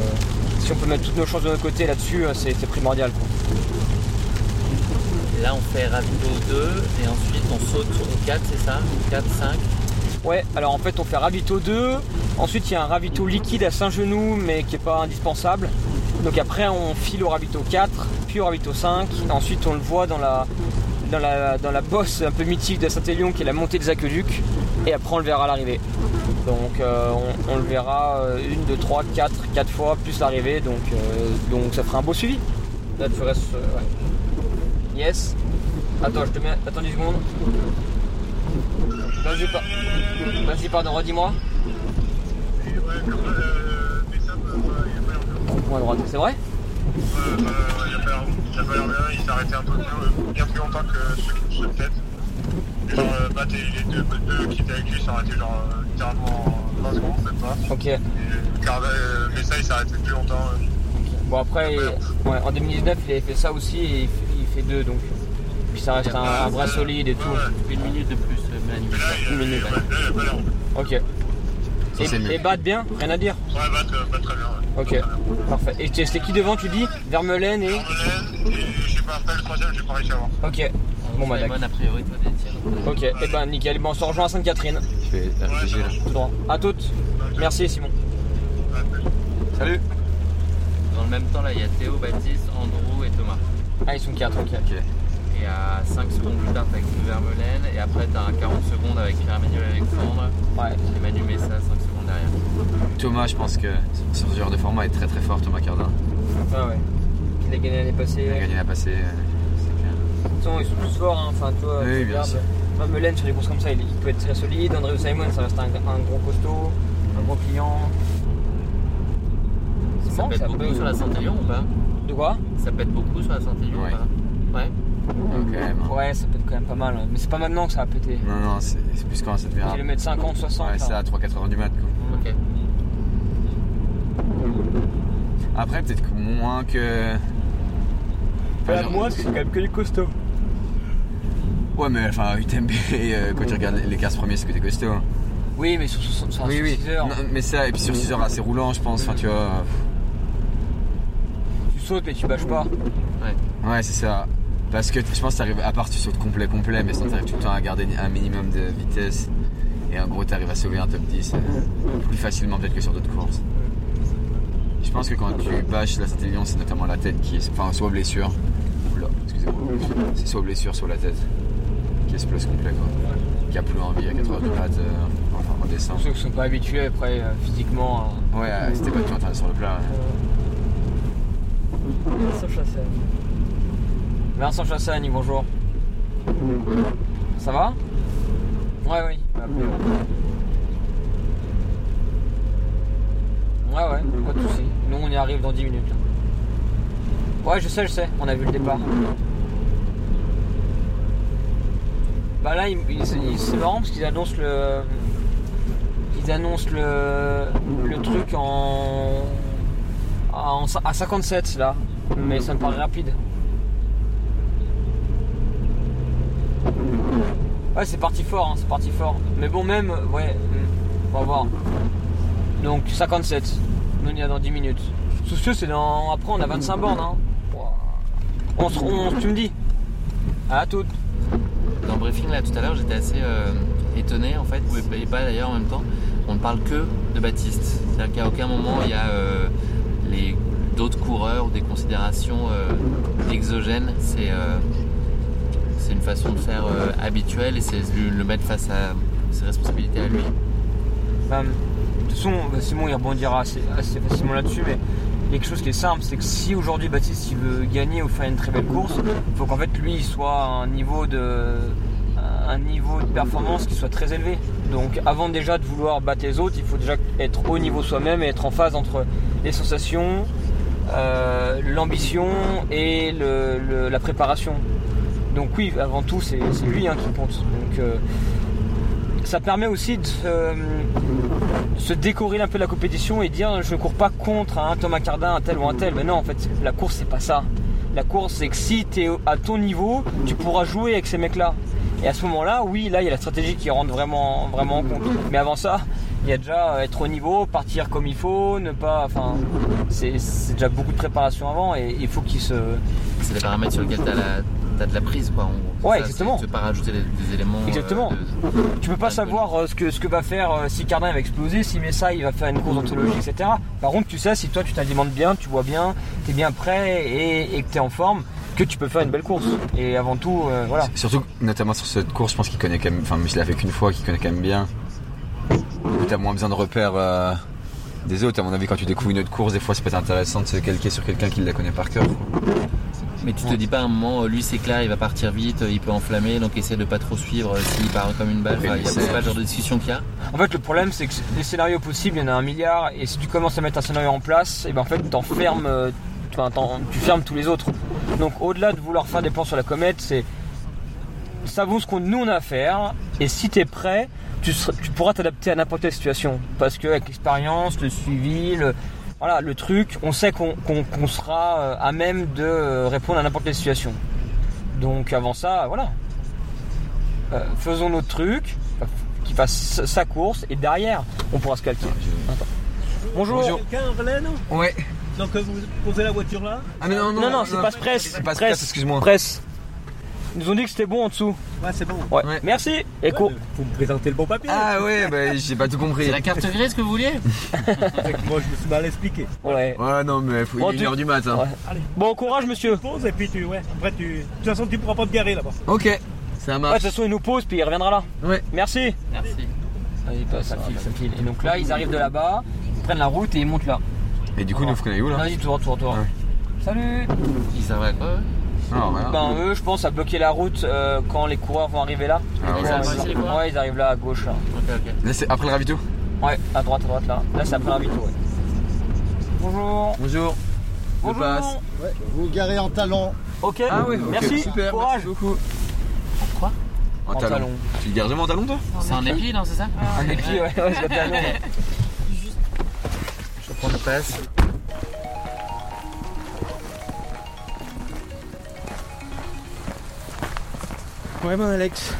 H: si on peut mettre toutes nos chances de notre côté là-dessus, euh, c'est c'est primordial. quoi.
A: Là, on fait ravito 2 et ensuite on saute au 4, c'est ça 4, 5.
H: Ouais, alors en fait on fait ravito 2, ensuite il y a un ravito liquide à Saint-Genoux mais qui n'est pas indispensable. Donc après on file au ravito 4, puis au ravito 5, ensuite on le voit dans la, dans la, dans la bosse un peu mythique de Saint-Élion qui est la montée des aqueducs, et après on le verra à l'arrivée. Donc euh, on, on le verra euh, une, deux, trois, quatre, quatre fois plus l'arrivée, donc, euh, donc ça fera un beau suivi. Là tu restes. euh, ouais. Yes. Attends, je te mets. Attends 10 secondes. Vas-y, par- Vas-y, pardon, redis-moi. Point à droite, c'est vrai
N: Ça va l'air bien, il s'est arrêté un peu plus, bien plus longtemps que ceux qui poussent peut-être. Et genre, euh, bah, t'es- les deux, deux qui étaient avec lui s'arrêtaient genre euh, littéralement en 20 secondes, même pas.
H: Ok.
N: Car, euh, mais ça, il s'arrêtait plus longtemps. euh.
H: Bon, après, il- ouais, en 2019, il avait fait ça aussi et il fait, il fait deux, donc. Puis ça reste un, un bras solide et tout.
A: Une minute de plus, euh, Manu.
H: Une minute. Ok.
A: Ça, c'est mieux.
H: Et, et batte bien, rien à dire
N: Ouais, bah, euh, bah, très bien. ouais.
H: Ok, parfait. Et t'es- c'était qui devant, tu dis Vermelaine et. Ok. Bon, bah, d'accord. Ok, et ben nickel. Bon, on se rejoint à Sainte-Catherine.
E: Je vais réfléchir.
H: Tout droit. À toutes. Merci, Simon.
E: Salut
A: Dans le même temps, là, il y a Théo, Baptiste, Andrew et Thomas.
H: Ah, ils sont 4, ok.
A: Et à 5 secondes plus tard, t'as Guy Vermeulen. Et après, t'as un 40 secondes avec Pierre-Emmanuel Alexandre.
H: Ouais.
A: Et Manu Messa, 5 secondes derrière.
E: Thomas, je pense que sur ce genre de format, est très très fort, Thomas Cardin.
H: Ah ouais. Il a gagné l'année passée.
E: Il a gagné la passée. euh, c'est clair.
H: façon, ils sont tous forts, hein. enfin, tu vois,
E: Oui,
H: tu
E: bien
H: regardes,
E: sûr.
H: Même Melaine, sur des courses comme ça, il, il peut être très solide. André Simon, ça reste un, un gros costaud, un gros client. C'est
A: Ça
H: marrant que
A: pète beaucoup
H: peut-
A: sur la Saint-Élion ou pas
H: De quoi
A: Ça pète beaucoup sur la Saint-Élion
H: Ouais.
A: ou pas Ouais.
E: Ah.
H: Ouais, ça peut être quand même pas mal. hein. Mais c'est pas maintenant que ça va péter.
E: Non, non, c'est c'est plus quand ça devient.
H: Kilomètre 50, 60.
E: Ouais,
H: là.
E: c'est à 3-4 heures du mat. Quoi.
A: Ok.
E: Après, peut-être que moins que.
H: Ouais,
E: genre-
H: moi, c'est quand même que les costauds.
E: Ouais, mais enfin, UTMB, euh, quand tu regardes les 15 premiers, c'est que des costauds. hein.
H: Oui, mais sur 60 sur 6 heures.
E: Non, mais ça, et puis sur 6 heures assez roulant, je pense. Enfin, tu vois.
H: Tu sautes, mais tu bâches pas.
E: Ouais, c'est ça. Parce que je pense que t'arrives, à part tu sautes complet, complet, mais sinon t'arrives tout le temps à garder un minimum de vitesse. Et en gros, t'arrives à sauver un top 10 euh, plus facilement peut-être que sur d'autres courses. Je pense que quand tu bâches la Saint-Élion, c'est notamment la tête qui est. Enfin, soit blessure. Oula, excusez-moi. C'est soit blessure, soit la tête qui explose complet, quoi. Qui a plus envie à 4 heures du mat euh, en, en descente.
H: Ceux qui sont pas habitués après euh, physiquement. à-
E: Ouais, euh, c'était pas tout train sur le plat.
H: Vincent Chassagne. Vincent Chassagne, bonjour. Ça va Ouais, oui. Ouais, Ouais, ouais, pas de soucis. Nous, on y arrive dans 10 minutes. Ouais, je sais, je sais, on a vu le départ. Bah là, ils- ils- ils- c'est marrant parce qu'ils annoncent le. Ils annoncent le, le truc en, en. à 57 là. Mais ça me paraît rapide. Ouais, c'est parti fort, hein, c'est parti fort. Mais bon, même, ouais, hmm, on va voir. Donc 57. Nous, on y a dans 10 minutes. Soucieux, c'est dans. Après, on a 25 bornes. Hein. On se... on- Tu me dis À toute
A: Dans le briefing là tout à l'heure, j'étais assez euh, étonné en fait, et pas d'ailleurs en même temps, on ne parle que de Baptiste. C'est-à-dire qu'à aucun moment il y a euh, les- d'autres coureurs ou des considérations euh, exogènes. C'est euh, c'est une façon de faire euh, habituelle et c'est le, le mettre face à euh, ses responsabilités à lui.
H: Enfin, de toute façon, bah, Simon il rebondira assez, assez facilement là-dessus, mais il y a quelque chose qui est simple, c'est que si aujourd'hui Baptiste il veut gagner ou faire une très belle course, il faut qu'en fait lui il soit à un niveau de un niveau de performance qui soit très élevé. Donc avant déjà de vouloir battre les autres, il faut déjà être au niveau soi-même et être en phase entre les sensations, euh, l'ambition et le- le- la préparation. Donc oui, avant tout c'est c'est lui hein, qui compte. Donc, euh, ça permet aussi de euh, se, se décorréler un peu de la compétition et dire je ne cours pas contre un Thomas Cardin, un tel ou un tel. Mais non, en fait, la course, c'est pas ça. La course, c'est que si tu es à ton niveau, tu pourras jouer avec ces mecs-là. Et à ce moment-là, oui, là, il y a la stratégie qui rentre vraiment, vraiment en compte. Mais avant ça, il y a déjà euh, être au niveau, partir comme il faut, ne pas. Enfin, c'est c'est déjà beaucoup de préparation avant et il faut qu'il se.
A: C'est des paramètres sur lesquels tu as, de la prise quoi en gros. C'est
H: Ouais,
A: ça,
H: exactement.
A: c'est- Tu ne pas rajouter des, des éléments. euh,
H: Exactement.
A: de-
H: Tu peux pas savoir euh, ce que, ce que va faire euh, si Cardin va exploser, si Messa il va faire une course d'anthologie, etc. Par contre, tu sais si toi tu t'alimentes bien, tu vois bien, t'es bien prêt et, et que t'es en forme, que tu peux faire une belle course. Et avant tout, euh, voilà.
E: Surtout, que, notamment sur cette course, je pense qu'il connaît quand même. Enfin, mais je l'ai fait qu'une fois, qu'il connaît quand même bien. Où T'as moins besoin de repères euh, des autres. À mon avis, quand tu découvres une autre course, des fois, c'est peut être intéressant de se calquer sur quelqu'un qui la connaît par cœur.
A: Mais tu te dis pas à un moment, euh, lui c'est clair, il va partir vite, euh, il peut enflammer, donc essaie de pas trop suivre euh, s'il part comme une balle.
H: Oui,
A: Enfin, il y a-
H: c'est-
A: c'est pas le genre de discussion qu'il y a.
H: En fait, le problème, c'est que les scénarios possibles, il y en a un milliard, et si tu commences à mettre un scénario en place, et ben en fait, t'enfermes, euh, enfin, t'en- tu fermes tous les autres. Donc, au-delà de vouloir faire des plans sur la comète, c'est savons ce qu'on nous on a à faire, et si t'es prêt, tu, seras- tu pourras t'adapter à n'importe quelle situation, parce que avec l'expérience, le suivi, le voilà, le truc, on sait qu'on qu'on- qu'on sera euh, à même de euh, répondre à n'importe quelle situation. Donc, avant ça, voilà. Euh, faisons notre truc, euh, qu'il fasse sa- sa course, et derrière, on pourra se calquer. Attends. Bonjour.
J: Quelqu'un, Verlaine
E: Ouais.
J: Donc euh, vous posez la voiture là
E: Ah, mais non, non,
H: non,
E: non,
H: c'est
E: non.
H: passe presse.
E: C'est passe presse,
H: presse,
E: excuse-moi.
H: Presse. Ils nous ont dit que c'était bon en dessous.
J: Ouais, c'est bon.
H: Ouais. Merci. Et cours.
J: Vous me présentez le bon papier.
E: Ah ouais, bah, j'ai pas tout compris.
J: C'est la carte
A: grise que vous vouliez
J: Moi je me suis mal expliqué.
H: Ouais.
E: Ouais, non, mais faut,
J: Bon,
E: il est
J: tu-
E: 1h du hein. matin.
H: Ouais. Bon courage monsieur.
E: Ah.
J: Pose et puis tu ouais, après tu de toute façon tu pourras pas te garer là-bas.
E: Ok. Ça
H: Ouais, de toute façon, il nous pose, puis il reviendra là.
E: Ouais.
H: Merci.
A: Merci.
H: Allez, passe, ça file, ça file. Et donc là, ils arrivent de là-bas, ils prennent la route et ils montent là.
E: Et du coup, nous, faut qu'on aille où là
H: Vas-y, tour, tour, tour. Salut
A: Ils servent à quoi eux
E: Ah, voilà.
H: Ben eux, je pense à bloquer la route euh, quand les coureurs vont arriver là.
E: Ah ouais.
H: Ils arrivent
E: Ils arrivent
H: là. Ouais, ils arrivent là à gauche. Là.
E: Là, c'est après le ravito
H: Ouais, à droite, à droite là. Là, c'est après la vito. Ouais. Bonjour.
E: Bonjour.
H: Bonjour.
E: passe.
O: Vous garez en talon.
H: Ok.
E: Ah oui, ok.
H: Merci.
E: Super,
H: Courage.
E: beaucoup.
A: Quoi
E: En, talon. Tu le gardes jamais en talon, toi
A: C'est un épi, non, c'est ça
H: Un épi, ouais, ouais, c'est le talon, ouais.
A: Je prends le passe.
J: Ouais ben Alex.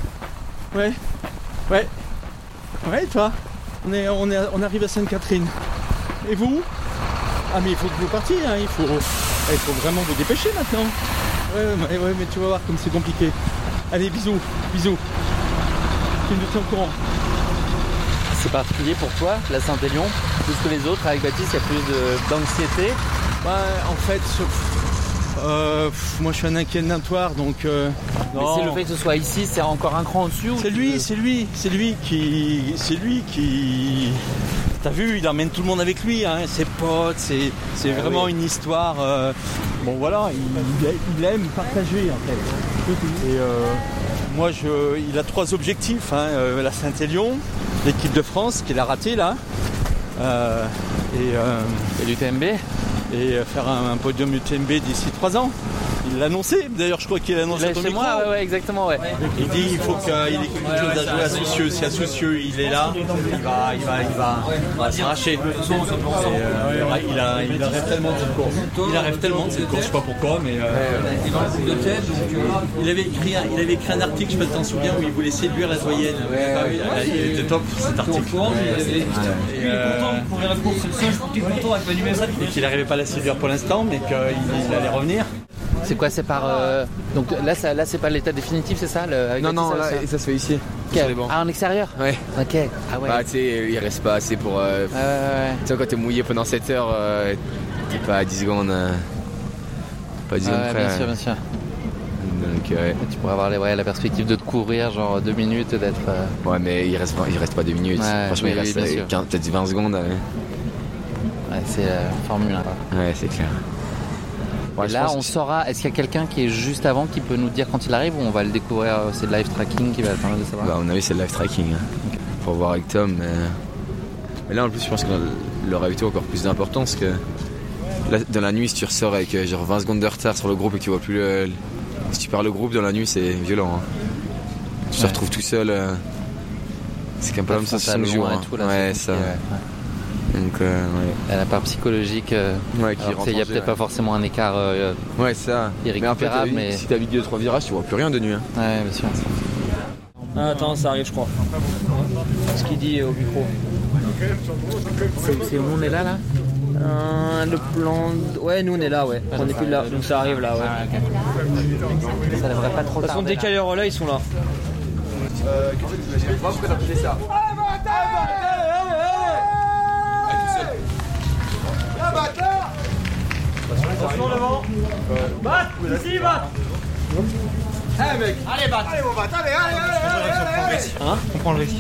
J: Ouais. Ouais. Ouais et toi on, est, on, est, on arrive à Sainte-Catherine. Et vous Ah mais il faut que vous partiez, hein, il faut. Il faut vraiment vous dépêcher maintenant. Ouais, ouais, ouais, ouais, mais tu vas voir comme c'est compliqué. Allez, bisous, bisous. Tu nous tiens au courant.
A: C'est particulier pour toi, la Saint-Élion, plus que les autres. Avec Baptiste, il y a plus d'anxiété.
J: Ouais, en fait, je- euh, pff, moi je suis un inquiétatoire donc. euh,
A: Mais
J: non.
A: c'est le fait que ce soit ici, c'est encore un cran au-dessus.
J: C'est lui, c'est lui, c'est lui qui. C'est lui qui. T'as vu, il emmène tout le monde avec lui, hein, ses potes, c'est, c'est
O: Ah
J: vraiment
O: oui.
J: une histoire. euh, bon voilà, il, il aime partager en fait. Et euh, Moi, je, il a trois objectifs. hein. Euh, la Saint-Élion, l'équipe de France qu'il a raté là, euh, et, l'UTMB. Et euh, faire un, un podium UTMB d'ici trois ans. Il l'a annoncé. D'ailleurs, je crois qu'il annonce
A: Là,
J: à ton
A: chez
J: micro.
D: Ah
A: moi, ouais, ouais, exactement, ouais.
J: Il dit il faut qu'il ait quelque chose à jouer à Soucieux. Si à Soucieux il est là, il va, il va, il va, il va s'arracher. Et, euh, il, a- il rêve tellement de cette course. Il rêve tellement de cette course, je sais pas pourquoi, mais. euh,
D: Et dans le groupe de tête, donc, euh, il, avait écrit un, il avait écrit un article, je ne sais pas si t'en souviens, où il voulait séduire la doyenne. Ah oui, ah, il était top cet article. il est content de courir la course, c'est le seul, je suis content avec la numéro
J: euh, Et qu'il n'arrivait pas à la séduire pour l'instant, mais qu'il il allait revenir.
A: C'est quoi C'est par. euh, Donc là, ça- là c'est pas l'état définitif, c'est ça le- avec
E: Non,
A: la
E: non,
A: tissale,
E: là,
A: ça
E: et ça se fait ici.
A: Ok.
E: Sur les bancs.
A: Ah, en extérieur
E: Ouais.
A: Ok. Ah ouais.
E: Bah, tu sais, il reste pas assez pour. euh, Tu sais, quand t'es mouillé pendant 7 heures, euh, t'es pas à 10 secondes. euh, pas à 10
A: Ah
E: secondes
A: ouais,
E: près,
A: bien sûr,
E: euh.
A: bien sûr.
E: Donc, ouais.
A: Tu pourrais avoir les- ouais, la perspective de te courir, genre deux minutes, d'être. euh,
E: Ouais, mais il reste, pas- il reste pas 2 minutes.
A: Ouais,
E: Franchement,
A: oui,
E: il
A: oui,
E: reste
A: bien
E: euh,
A: sûr.
E: 15 peut-être 20 secondes. euh.
A: Ouais, c'est la Formule 1.
E: Ouais, c'est clair. Ouais,
A: Et
E: je
A: là,
E: pense
A: on
E: que-
A: saura. Est-ce qu'il y a quelqu'un qui est juste avant qui peut nous dire quand il arrive ou on va le découvrir euh, C'est le live tracking qui va permettre de savoir.
E: Bah, à mon avis, c'est le live tracking. hein. Pour voir avec Tom. Mais... mais là, en plus, je pense que le ravito a encore plus d'importance que. là, dans la nuit, si tu ressors avec euh, genre 20 secondes de retard sur le groupe et que tu vois plus le. Si tu perds le groupe dans la nuit, c'est violent. hein. Tu te
A: Ouais.
E: retrouves tout seul. euh, C'est qu'un problème, ça
A: Face à
E: se
A: loin
E: joue.
A: et
E: hein.
A: tout, là,
E: ouais,
A: c'est
E: ça.
A: compliqué,
E: Donc, euh, ouais.
A: À la part psychologique, euh,
E: Ouais, qui
A: alors,
E: rentre
A: tu sais, il n'y
E: en
A: a
E: jeu,
A: peut-être
E: ouais.
A: pas forcément un écart euh,
E: Ouais, ça.
A: irrécupérable,
E: Mais, euh,
A: mais.
E: si t'habites 2-3 virages, tu vois plus rien de nuit. hein.
A: Ouais, bien sûr.
H: Ah, attends, ça arrive, je crois. Ce qu'il dit euh, au micro.
A: C'est où on est là, là
H: Euh, Le plan. Ouais, nous on est là, ouais.
A: Ah,
H: On est plus là, donc ça arrive là, ouais.
A: Ça devrait pas trop
H: De toute façon,
A: tarder,
H: dès qu'il y a les relais, ils sont là.
D: Attention devant. Bat, ici, bat. Allez mec, allez bat. Allez mon bat, allez, allez, allez, allez, allez.
H: Hein On prend le risque.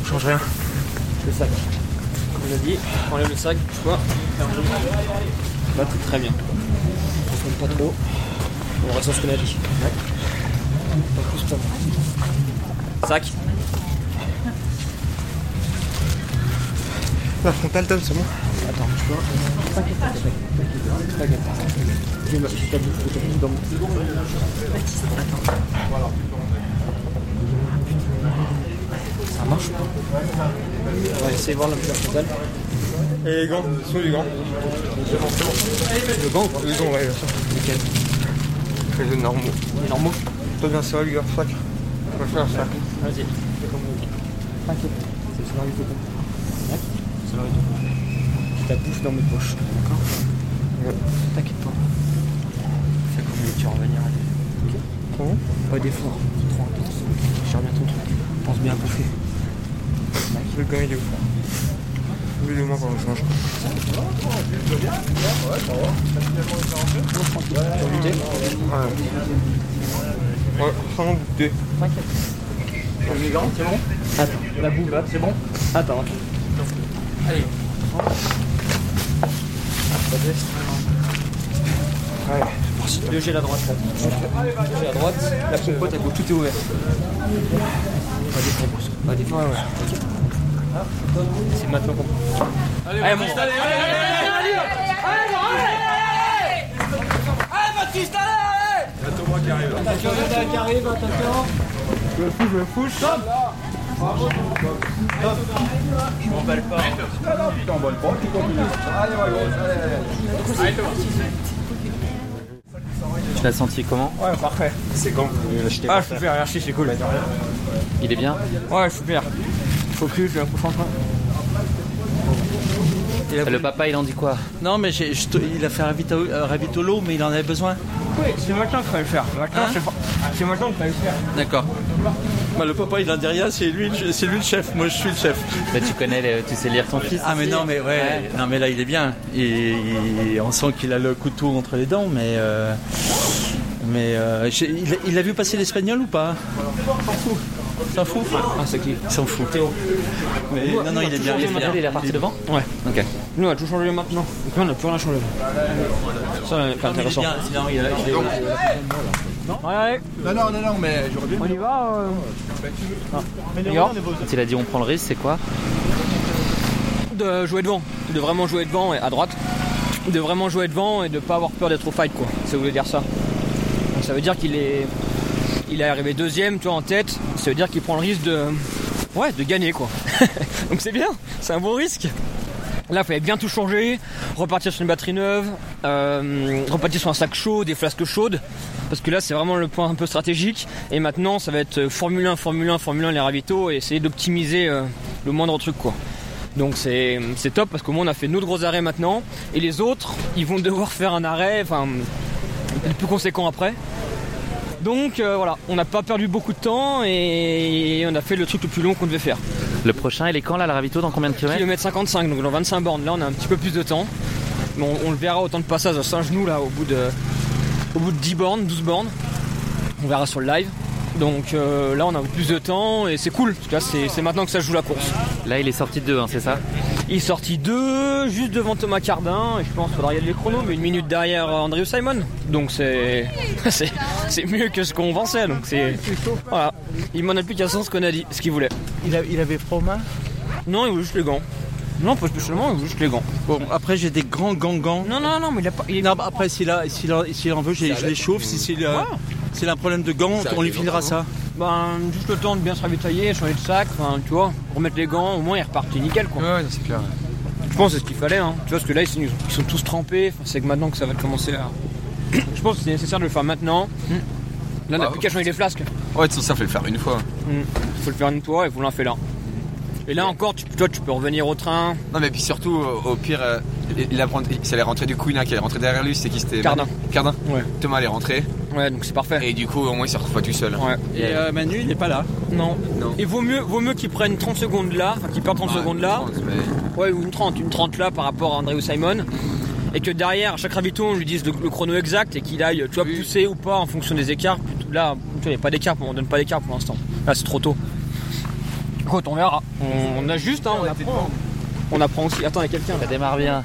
H: On change rien. Le sac. Comme on a dit, on enlève le sac, tu vois. Là, tout très bien. On se trompe pas trop. On reste sur ce qu'on a dit. Pas plus, pas moins. Sac.
D: La frontale Tom, c'est bon.
H: Attends, tu vois. T'inquiète pas, t'inquiète pas, t'inquiète pas. Je vais me- je vais t'habiller, je vais t'habiller dans mon- Ça marche ou pas On va essayer de voir la la frontale.
D: Et les gants, sont où les gants Le gant Les gants, ouais, bien sûr. Nickel. Les normaux. Les normaux Toi, bien sûr, les gars, sac. On va faire un sac.
H: Vas-y. T'inquiète, c'est le scénario de con. Le scénario de con. Je la bouffe dans mes poches, d'accord T'inquiète pas. Ça comme tu vas revenir. allez. Ok Pas d'effort, c'est trop intense. Gère bien ton truc. Pense bien à bouffer.
D: Le gant, il est où Oui, le moins quand on change. Ouais. Ouais, sans douter. T'inquiète. Les gants, c'est bon
H: Attends, la bouffe là, c'est bon Attends.
D: Allez.
H: Ouais. Le gel à droite. là. Le gel à droite, la compote à gauche, tout est ouvert. Pas des compos, pas des compos. C'est maintenant qu'on
D: Allez,
H: Allez,
D: Baptiste,
H: mon-
D: allez, allez, allez, allez, allez, allez, allez, allez, Baptiste, allez, allez moi qui arrive. Attention, Reda qui arrive, attention. Je le fous, je le fous. Stop Bravo, Stop Je m'emballe pas. Tu t'emballes pas, tu continues. Allez, ouais, gros, allez, allez.
A: Tu l'as senti comment
D: Ouais, parfait. C'est quand Ah, super, merci, c'est cool.
A: Il est bien
D: Ouais, super. Focus, je suis train.
A: Le papa, il en dit quoi
C: Non, mais j'ai- je te- il a fait un ravito- un ravitolo, mais il en avait besoin.
D: Oui, c'est maintenant qu'il fallait le faire.
H: Hein
D: Maintenant, c'est fa- c'est maintenant qu'il fallait le faire.
C: D'accord. Bah, le papa, il en dit rien, c'est lui, le- c'est lui le chef. Moi, je suis le chef.
A: Bah, tu connais, tu sais lire ton fils.
C: Ah, mais non, mais ouais. Non, mais là, il est bien. Et, et on sent qu'il a le couteau entre les dents, mais. euh, mais euh, j'ai- il, a- il a vu passer l'espagnol ou pas S'en fout Ah, c'est qui S'en fout. Mais, non, non, il est bien.
H: Il est bien.
C: bien.
H: Il est parti devant
C: Ouais.
A: Ok.
H: Nous, on a tout changé maintenant. Donc là, on n'a plus rien changé. Ça, c'est pas
C: Non, mais il est
H: intéressant.
C: bien, sinon, il a- il est-
P: Non
H: Ouais.
P: Non, non, non, non, mais j'aurais bien.
H: On y va euh. Ah.
A: Quand il a dit on prend le risque, c'est quoi
H: De jouer devant, de vraiment jouer devant et à droite, de vraiment jouer devant et de pas avoir peur d'être au fight quoi. Ça voulait dire ça. Donc, ça veut dire qu'il est, il est arrivé deuxième, toi en tête. Ça veut dire qu'il prend le risque de, ouais, de gagner quoi. Donc c'est bien, c'est un bon risque. Là, il fallait bien tout changer, repartir sur une batterie neuve, euh, repartir sur un sac chaud, des flasques chaudes, parce que là, c'est vraiment le point un peu stratégique. Et maintenant, ça va être Formule 1, Formule 1, Formule 1, les ravitaux, et essayer d'optimiser euh, le moindre truc, quoi. Donc c'est c'est top, parce qu'au moins, on a fait nos gros arrêts maintenant, et les autres, ils vont devoir faire un arrêt, enfin, le plus conséquent après. Donc euh, voilà, on n'a pas perdu beaucoup de temps, et on a fait le truc le plus long qu'on devait faire.
A: Le prochain, il est quand là, la Ravito Dans combien de kilomètres
H: Kilomètre 55, donc dans 25 bornes. Là, on a un petit peu plus de temps. Mais on, on le verra au temps de passage à Saint-Genou, là, au bout, de, au bout de 10 bornes, 12 bornes. On verra sur le live. Donc euh, là, on a plus de temps et c'est cool. Parce que là, c'est, c'est maintenant que ça se joue la course.
A: Là, il est sorti de 2, hein, c'est ça
H: Il est sorti 2, juste devant Thomas Cardin. Et je pense qu'il faudra regarder les chronos, mais une minute derrière euh, Andrew Simon. Donc c'est, c'est, c'est mieux que ce qu'on pensait. Donc c'est. Voilà. Il m'en a plus qu'à sens qu'on a dit, ce qu'il voulait.
Q: Il, a- il avait froid aux mains
H: Non, il voulait juste les gants. Non, pas spécialement, il voulait juste les gants.
Q: Bon, après j'ai des grands gants gants.
H: Non, non, non, mais il a pas.
Q: Non, bah, après s'il a- s'il en- s'il en veut, j'ai- je les chauffe. Si c'est le- s'il a un problème de gants, on lui filera
E: hein.
Q: ça.
H: Ben, juste le temps de bien se ravitailler, changer de sac, enfin, tu vois, remettre les gants, au moins ils repartent nickel quoi. Ouais, c'est clair. Je pense que c'est ce qu'il fallait, hein. tu vois, parce que là ils sont, ils sont tous trempés, Enfin, c'est que maintenant que ça va commencer à. Je pense que c'est nécessaire de le faire maintenant. Là, on n'a plus qu'à changer les flasques.
E: Ouais, tout ça, faut le faire une fois.
H: Il Faut le faire une fois et vous l'en fait là. Et là encore, tu, toi, tu peux revenir au train.
E: Non, mais puis surtout, au au pire, euh, il, il a prendre- il- ça allait rentrer du coup, il y en a qui allait rentrer derrière lui, c'est qui c'était
H: Cardin.
E: Cardin
H: Ouais.
E: Thomas allait rentrer.
H: Ouais, donc c'est parfait.
E: Et du coup, au moins, il se retrouve pas tout seul.
H: Ouais.
E: Et, euh,
Q: Manu, il n'est pas là.
H: Non. Et vaut mieux, vaut mieux qu'ils prennent 30 secondes là, enfin qu'ils perdent 30 secondes là. Ouais, ou une 30, une 30 là par rapport à André Simon. Et que derrière, à chaque ravito, on lui dise le, le chrono exact et qu'il aille, tu vois, pousser ou pas en fonction des écarts. Là, tu vois, il n'y a pas d'écart, on donne pas d'écart pour l'instant. Là, c'est trop tôt. Écoute, on verra. On, on ajuste, hein, on apprend. On apprend aussi. Attends, il y a quelqu'un. Ça démarre bien.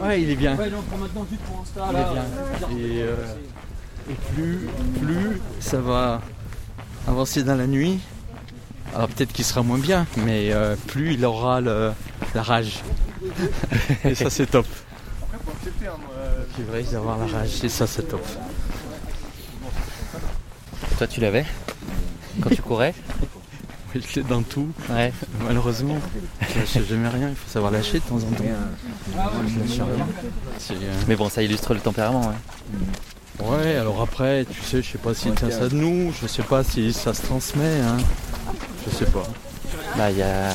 Q: Ouais, il est bien.
H: non, prend maintenant juste pour Insta.
Q: Il est bien. Et, euh, et plus, plus ça va avancer dans la nuit, alors peut-être qu'il sera moins bien, mais euh, plus il aura le- la rage. et ça, c'est top. Il risque d'avoir la rage, et ça, c'est top.
A: Toi, tu l'avais Quand tu courais
Q: Oui, je l'ai dans tout. Malheureusement, je lâche jamais rien, il faut savoir lâcher de temps en temps. Je lâche rien. C'est, euh,
A: Mais bon, ça illustre le tempérament, hein. ouais.
Q: Ouais, alors après, tu sais, je sais pas si tient ça de nous, je sais pas si ça se transmet, hein. Je sais pas.
A: Bah, il y a.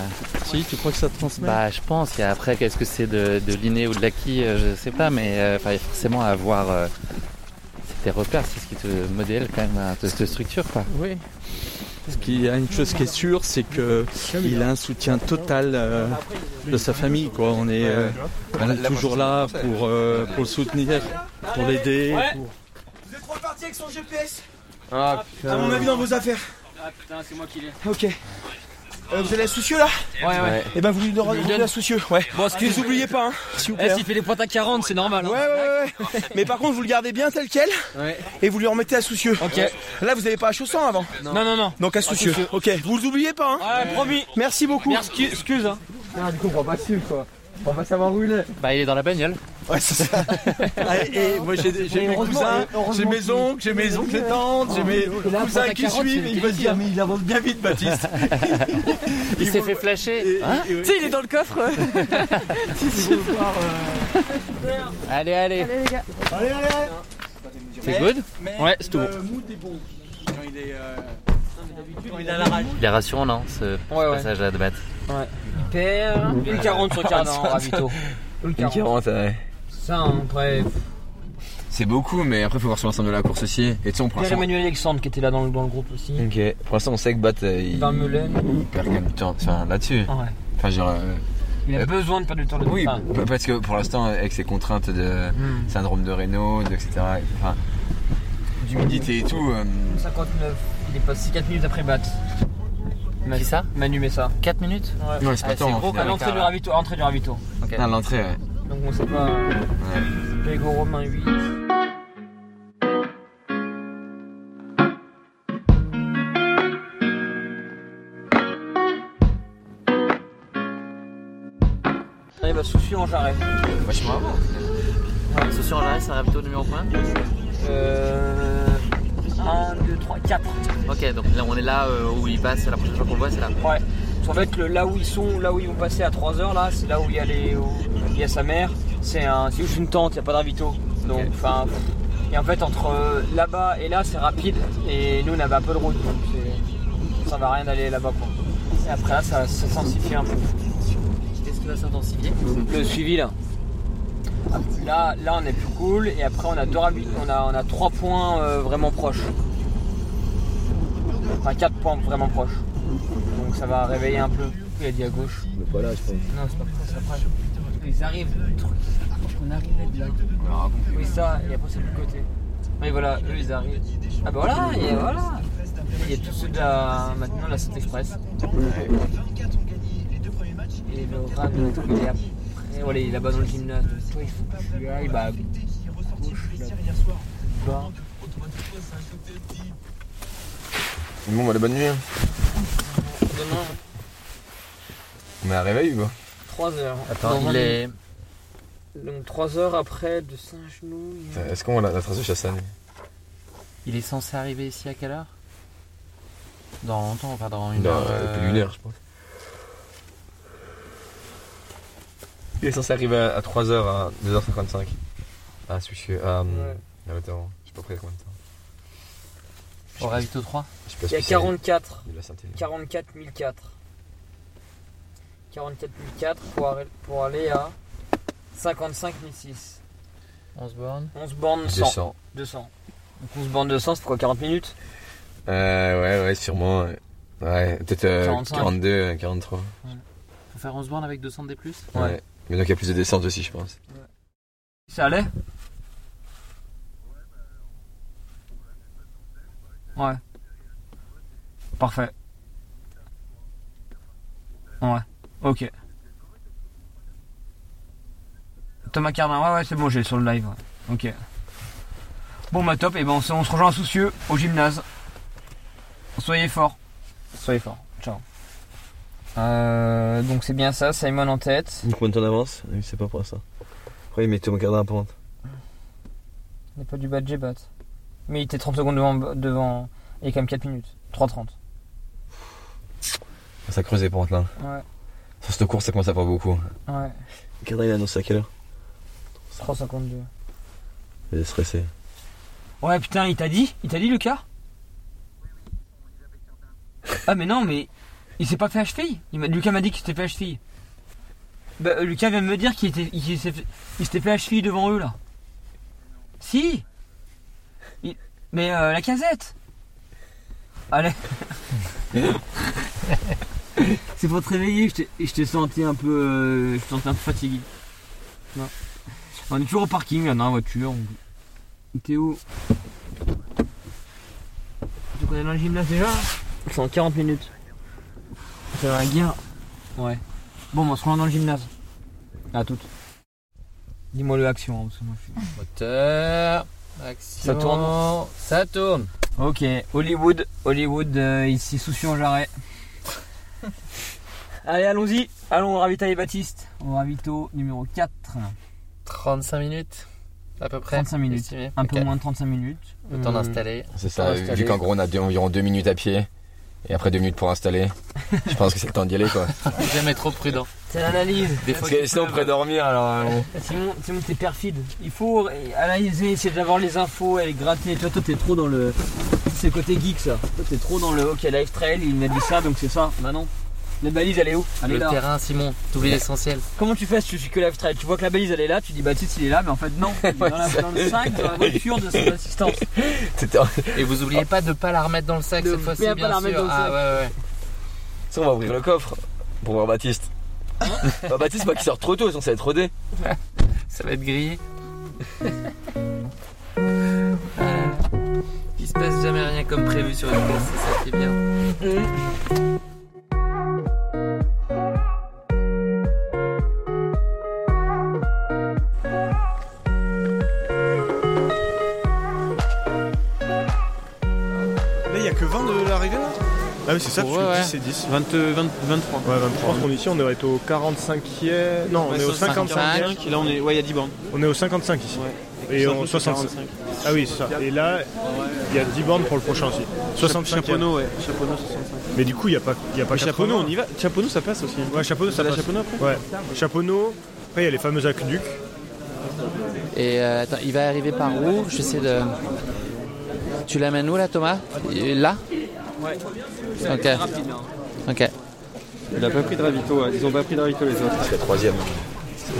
Q: Si, tu crois que ça transmet
A: Bah, je pense. Il y a après, qu'est-ce que c'est de, de l'inné ou de l'acquis euh, Je sais pas, mais euh, enfin, il y a forcément à avoir. euh, c'est tes repères, c'est ce qui te modèle quand même, hein, te, te structure, quoi.
Q: Oui. Parce qu'il y a une chose qui est sûre, c'est que il a un soutien total euh, de sa famille, quoi. On est, euh, on est toujours là pour, euh, pour le soutenir, pour l'aider. pour-
B: Vous êtes reparti avec son GPS
Q: Ah, putain.
B: À mon avis, dans vos affaires.
H: Ah putain, c'est moi qui l'ai.
B: Ok. Euh, vous avez la soucieux là
H: Ouais, ouais. Ouais.
B: Et ben vous lui
H: Je
B: donnez
H: lui
B: vous
H: donne.
B: la soucieux, ouais.
H: Bon,
B: que vous
H: excuse-
B: oubliez pas, hein, s'il vous
H: Eh,
B: plaît.
H: s'il fait des pointes à 40, c'est normal. hein.
B: Ouais, ouais, ouais. Mais par contre, vous le gardez bien tel quel. Et vous lui remettez à soucieux.
H: Ok.
B: Là, vous n'avez pas à chaussant avant.
H: Non, non, non.
B: Donc à soucieux.
H: Soucieux.
B: Ok. Vous l'oubliez pas, hein
H: Ouais, promis.
B: Merci beaucoup.
H: Merci, excuse, hein.
B: Ah, du coup, on va pas suivre, quoi. On va savoir où il est.
A: Bah, il est dans la bagnole.
B: Ouais, c'est ça.
Q: Ah, et- et moi j'ai j'ai
B: Mais
Q: mes
B: heureusement- hein.
Q: cousins,
B: heureusement
Q: j'ai mes
B: qu'il-
Q: oncles, j'ai mes oncles et tantes, j'ai mes
B: Là,
Q: cousins
B: pour
Q: qui
B: ta carotte,
Q: suivent.
B: c'est
Q: et Ils vont se dire,
B: quelqu'un.
Q: mais il avance bien vite, Baptiste.
A: il s'est fait flasher. Hein
B: Tu sais, il est dans le coffre.
A: Allez, allez.
B: les gars. Allez, allez, allez.
Q: Eh,
A: C'est good Ouais, c'est tout bon.
Q: Quand il est. euh, Quand il a la rage.
A: Il est rassurant, non, ce passage à battre
H: Ouais. Il perd. Une 40 sur 40, Ravito.
E: Une 40, ouais.
H: Ça, hein, après.
E: C'est beaucoup, mais après, faut voir sur l'ensemble de la course aussi. Et tu sais, on prend
H: Pierre Emmanuel Alexandre qui était là dans le, dans le groupe aussi.
E: Ok, pour l'instant, on sait que Bat, euh, il,
H: Van Meulen. Ah.
E: il perd quand même du temps enfin, là-dessus.
H: Ouais.
E: Enfin, genre. euh,
H: Il a
E: euh,
H: besoin de perdre du temps de
E: Oui,
H: enfin,
E: p- parce que pour l'instant, avec ses contraintes de
H: Hmm.
E: syndrome de Raynaud, de- etc., enfin, d'humidité et tout, euh,
H: 59, il est passé 4 minutes après Bat.
A: Qui ça
H: Manu Messa.
A: 4 minutes
H: Ouais,
E: Ouais, c'est pas tant, en
H: À
E: final.
H: l'entrée du ravito. à l'entrée du ravito.
E: à l'entrée, ouais.
H: Donc on sait pas. Pego Romain 8. Saucy en jarret.
E: Vachement avant.
H: Ouais,
M: Saucy en jarret, c'est un ravito numéro combien
H: Euh. 1, 2, 3, 4.
M: Ok, donc là on est là euh, où ils passent, la prochaine fois qu'on le voit, c'est là.
H: Ouais. En fait, le- là où ils sont, là où ils vont passer à 3h, là, c'est là où il y a, les, où il y a sa mère. C'est un, c'est juste une tente, il n'y a pas d'invito. Donc, enfin. Et en fait, entre euh, là-bas et là, c'est rapide. Et nous, on avait un peu de route. Donc c'est- ça va rien d'aller là-bas. Quoi. Et après, là, ça, ça s'intensifie un peu.
M: Qu'est-ce qui va s'intensifier
H: Le suivi, là. Là, là, on est plus cool. Et après, on a, deux, rabi- on a, on a trois points euh, vraiment proches. Enfin, quatre points vraiment proches. Donc, ça va réveiller un peu. Il a dit à gauche.
E: Pas là, je pense.
H: Non, c'est pas ça, après. Ils arrivent, le truc. On arrivait de là. Oui, ça, et après c'est de l'autre côté. Oui, voilà, eux ils arrivent. Ah bah voilà, il y a, voilà. Il y a tous ceux de la, maintenant la Cité Express. Et le rad, il est après, voilà, il est là-bas dans le gymnase. Donc, toi, il faut que tu ailles, bah, à gauche, là.
E: Bon, bah, la bonne nuit. hein.
H: Demain,
E: On est à réveil ou quoi
H: 3 heures.
E: Attends,
H: Dans
E: il
H: vingt
E: est-
H: minutes. Donc 3 heures après de Saint-Genoux. il y a-
E: Est-ce qu'on la, la trace de Chassagne
M: Il est censé arriver ici à quelle heure Dans longtemps, enfin dans une
A: Bah,
E: Dans,
M: heure.
E: euh, plus d'une heure, je pense. Il est censé arriver à 3h, à 2h55. À Suchet, à.
H: Ouais.
E: à Mitterrand. ah, Je sais pas près combien de temps.
M: Au Ravito 3
E: Je sais pas
H: Il y a
E: spécialiste
H: 44.
E: de la synthé.
H: 44 004. 44 004 pour, arri- pour aller à 55 006.
M: 11 bornes
H: 11 bornes 100.
E: 200.
H: 200. Donc 11 bornes 200, c'est quoi 40 minutes
E: Euh, ouais, ouais, sûrement. Ouais, Ouais, peut-être euh,
M: 45.
E: 42, euh, 43.
M: Faut faire 11 bornes avec 200 des plus
E: Ouais. Mais donc il y a plus de descente aussi, je pense.
H: Ça allait Ouais. Parfait. Ouais. Ok. Thomas Cardin, ouais, ouais, c'est bon, j'ai sur le live. ouais. Ok. Bon, bah top, et ben on se, on se rejoint à Soucieux au gymnase. Soyez forts. Soyez forts. Ciao. Euh, donc c'est bien ça, Simon en tête.
E: Combien de temps d'avance Il sait pas pour ça. Après, il met Thomas Cardin à pente.
H: Il n'est pas du badge bat. Mais il était 30 secondes devant. devant il y a quand même 4 minutes. 3.30.
E: Ça creuse les pentes là.
H: Ouais.
E: Sur cette course, ça commence à pas beaucoup.
H: Ouais.
E: Cardin, il annonce à quelle heure
H: 3.52.
E: Il est stressé.
H: Ouais, putain, il t'a dit Il t'a dit, Lucas Ah, mais non, mais il s'est pas fait cheville. Il m'a- Lucas m'a dit qu'il s'était fait à cheville. Bah, euh, Lucas vient de me dire qu'il était, il s'est fait- il s'était fait à cheville devant eux, là. Si Il- Mais euh, la casette Allez C'est pour te réveiller, je t'ai- je t'ai senti un peu. euh, je te sentais un peu fatigué. Non. On est toujours au parking, là, dans la voiture. On- Théo. Tu connais dans le gymnase déjà C'est en 40 minutes. C'est un gars. Ouais. Bon, bah, on se rend dans le gymnase. À toutes. Dis-moi le action, hein, parce que moi je suis.
M: Moteur. Action.
H: Ça tourne.
M: Ça tourne.
H: Ok, Hollywood, Hollywood, euh, ici soucieux en jarret. Allez, allons-y, allons ravitailler Baptiste. Au ravito numéro 4.
M: 35 minutes à peu près.
H: 35 minutes.
M: estimé.
H: Un peu
M: Ok.
H: moins de 35 minutes.
M: Le
A: Hmm.
M: temps
H: Hum.
M: d'installer.
E: C'est ça,
M: Installer.
E: vu qu'en gros on a deux- environ 2 minutes à pied et après 2 minutes pour installer, je pense que c'est le temps d'y aller quoi.
M: Jamais trop prudent.
H: C'est l'analyse.
M: Des fois,
E: Parce que
M: il
E: sinon on pourrait dormir alors. euh,
H: Simon, Simon, t'es perfide. Il faut analyser, essayer d'avoir les infos et les gratter. Toi, toi, t'es trop dans le. C'est le côté geek, ça. Toi, t'es trop dans le. Ok, Life Trail, il m'a dit ça, donc c'est ça. Bah non. La balise, elle est où Elle est
M: Le
H: là.
M: terrain, Simon, t'oublies l'essentiel.
H: Comment tu fais si tu suis que Life Trail Tu vois que la balise, elle est là, tu dis bah tu sais, il est là, mais en fait, non. Il est dans, la- dans le sac, dans la voiture de son assistance.
E: c'était-
M: Et vous oubliez pas de pas la remettre dans le sac
H: De
M: cette fois-ci,
H: bien
M: bien
H: pas la
M: sûr.
H: remettre dans le
M: ah
H: sac.
M: ouais, ouais.
E: Ça, on va ouvrir le coffre pour voir Baptiste. Bah, Baptiste, pas qu'il sort trop tôt, sinon ça va être rodé.
M: Ça va être grillé. Il se passe jamais rien comme prévu sur une course, c'est ça qui est bien.
P: Là, il n'y a que 20 de l'arrivée là Ah oui, c'est ça, parce que 10 c'est 10. 23. Ouais, 23. Je pense qu'on est ici, on devrait être au 45e. Non, on
R: Ouais,
P: est au
R: 55.
P: 55.
R: Là, on est- ouais, il y a 10
P: bornes. On est au 55 ici.
R: Et
P: Et
R: ça,
P: en
R: c'est
P: 65.
R: 45.
P: Ah oui, c'est ça. Et là, il y a 10 bornes pour le prochain aussi. 65.
R: Chaponneau, ouais. Chaponneau, 65.
P: Mais du coup, il n'y a pas, il y a pas
R: Mais
P: 80.
R: Chaponneau, on y va. Chaponneau, ça passe aussi. hein.
P: Ouais, Chaponneau, ça
R: La
P: passe.
R: Chaponneau, après
P: Ouais. Chaponneau. Après, il y a les fameux aqueducs.
A: Et euh, attends, il va arriver par où J'essaie de. Tu l'amènes où là, Thomas Il- Là
S: Ouais.
A: Ok. Ok.
S: Il a pas pris de ravito, ouais. ils ont pas pris de ravito les autres.
E: C'est la troisième.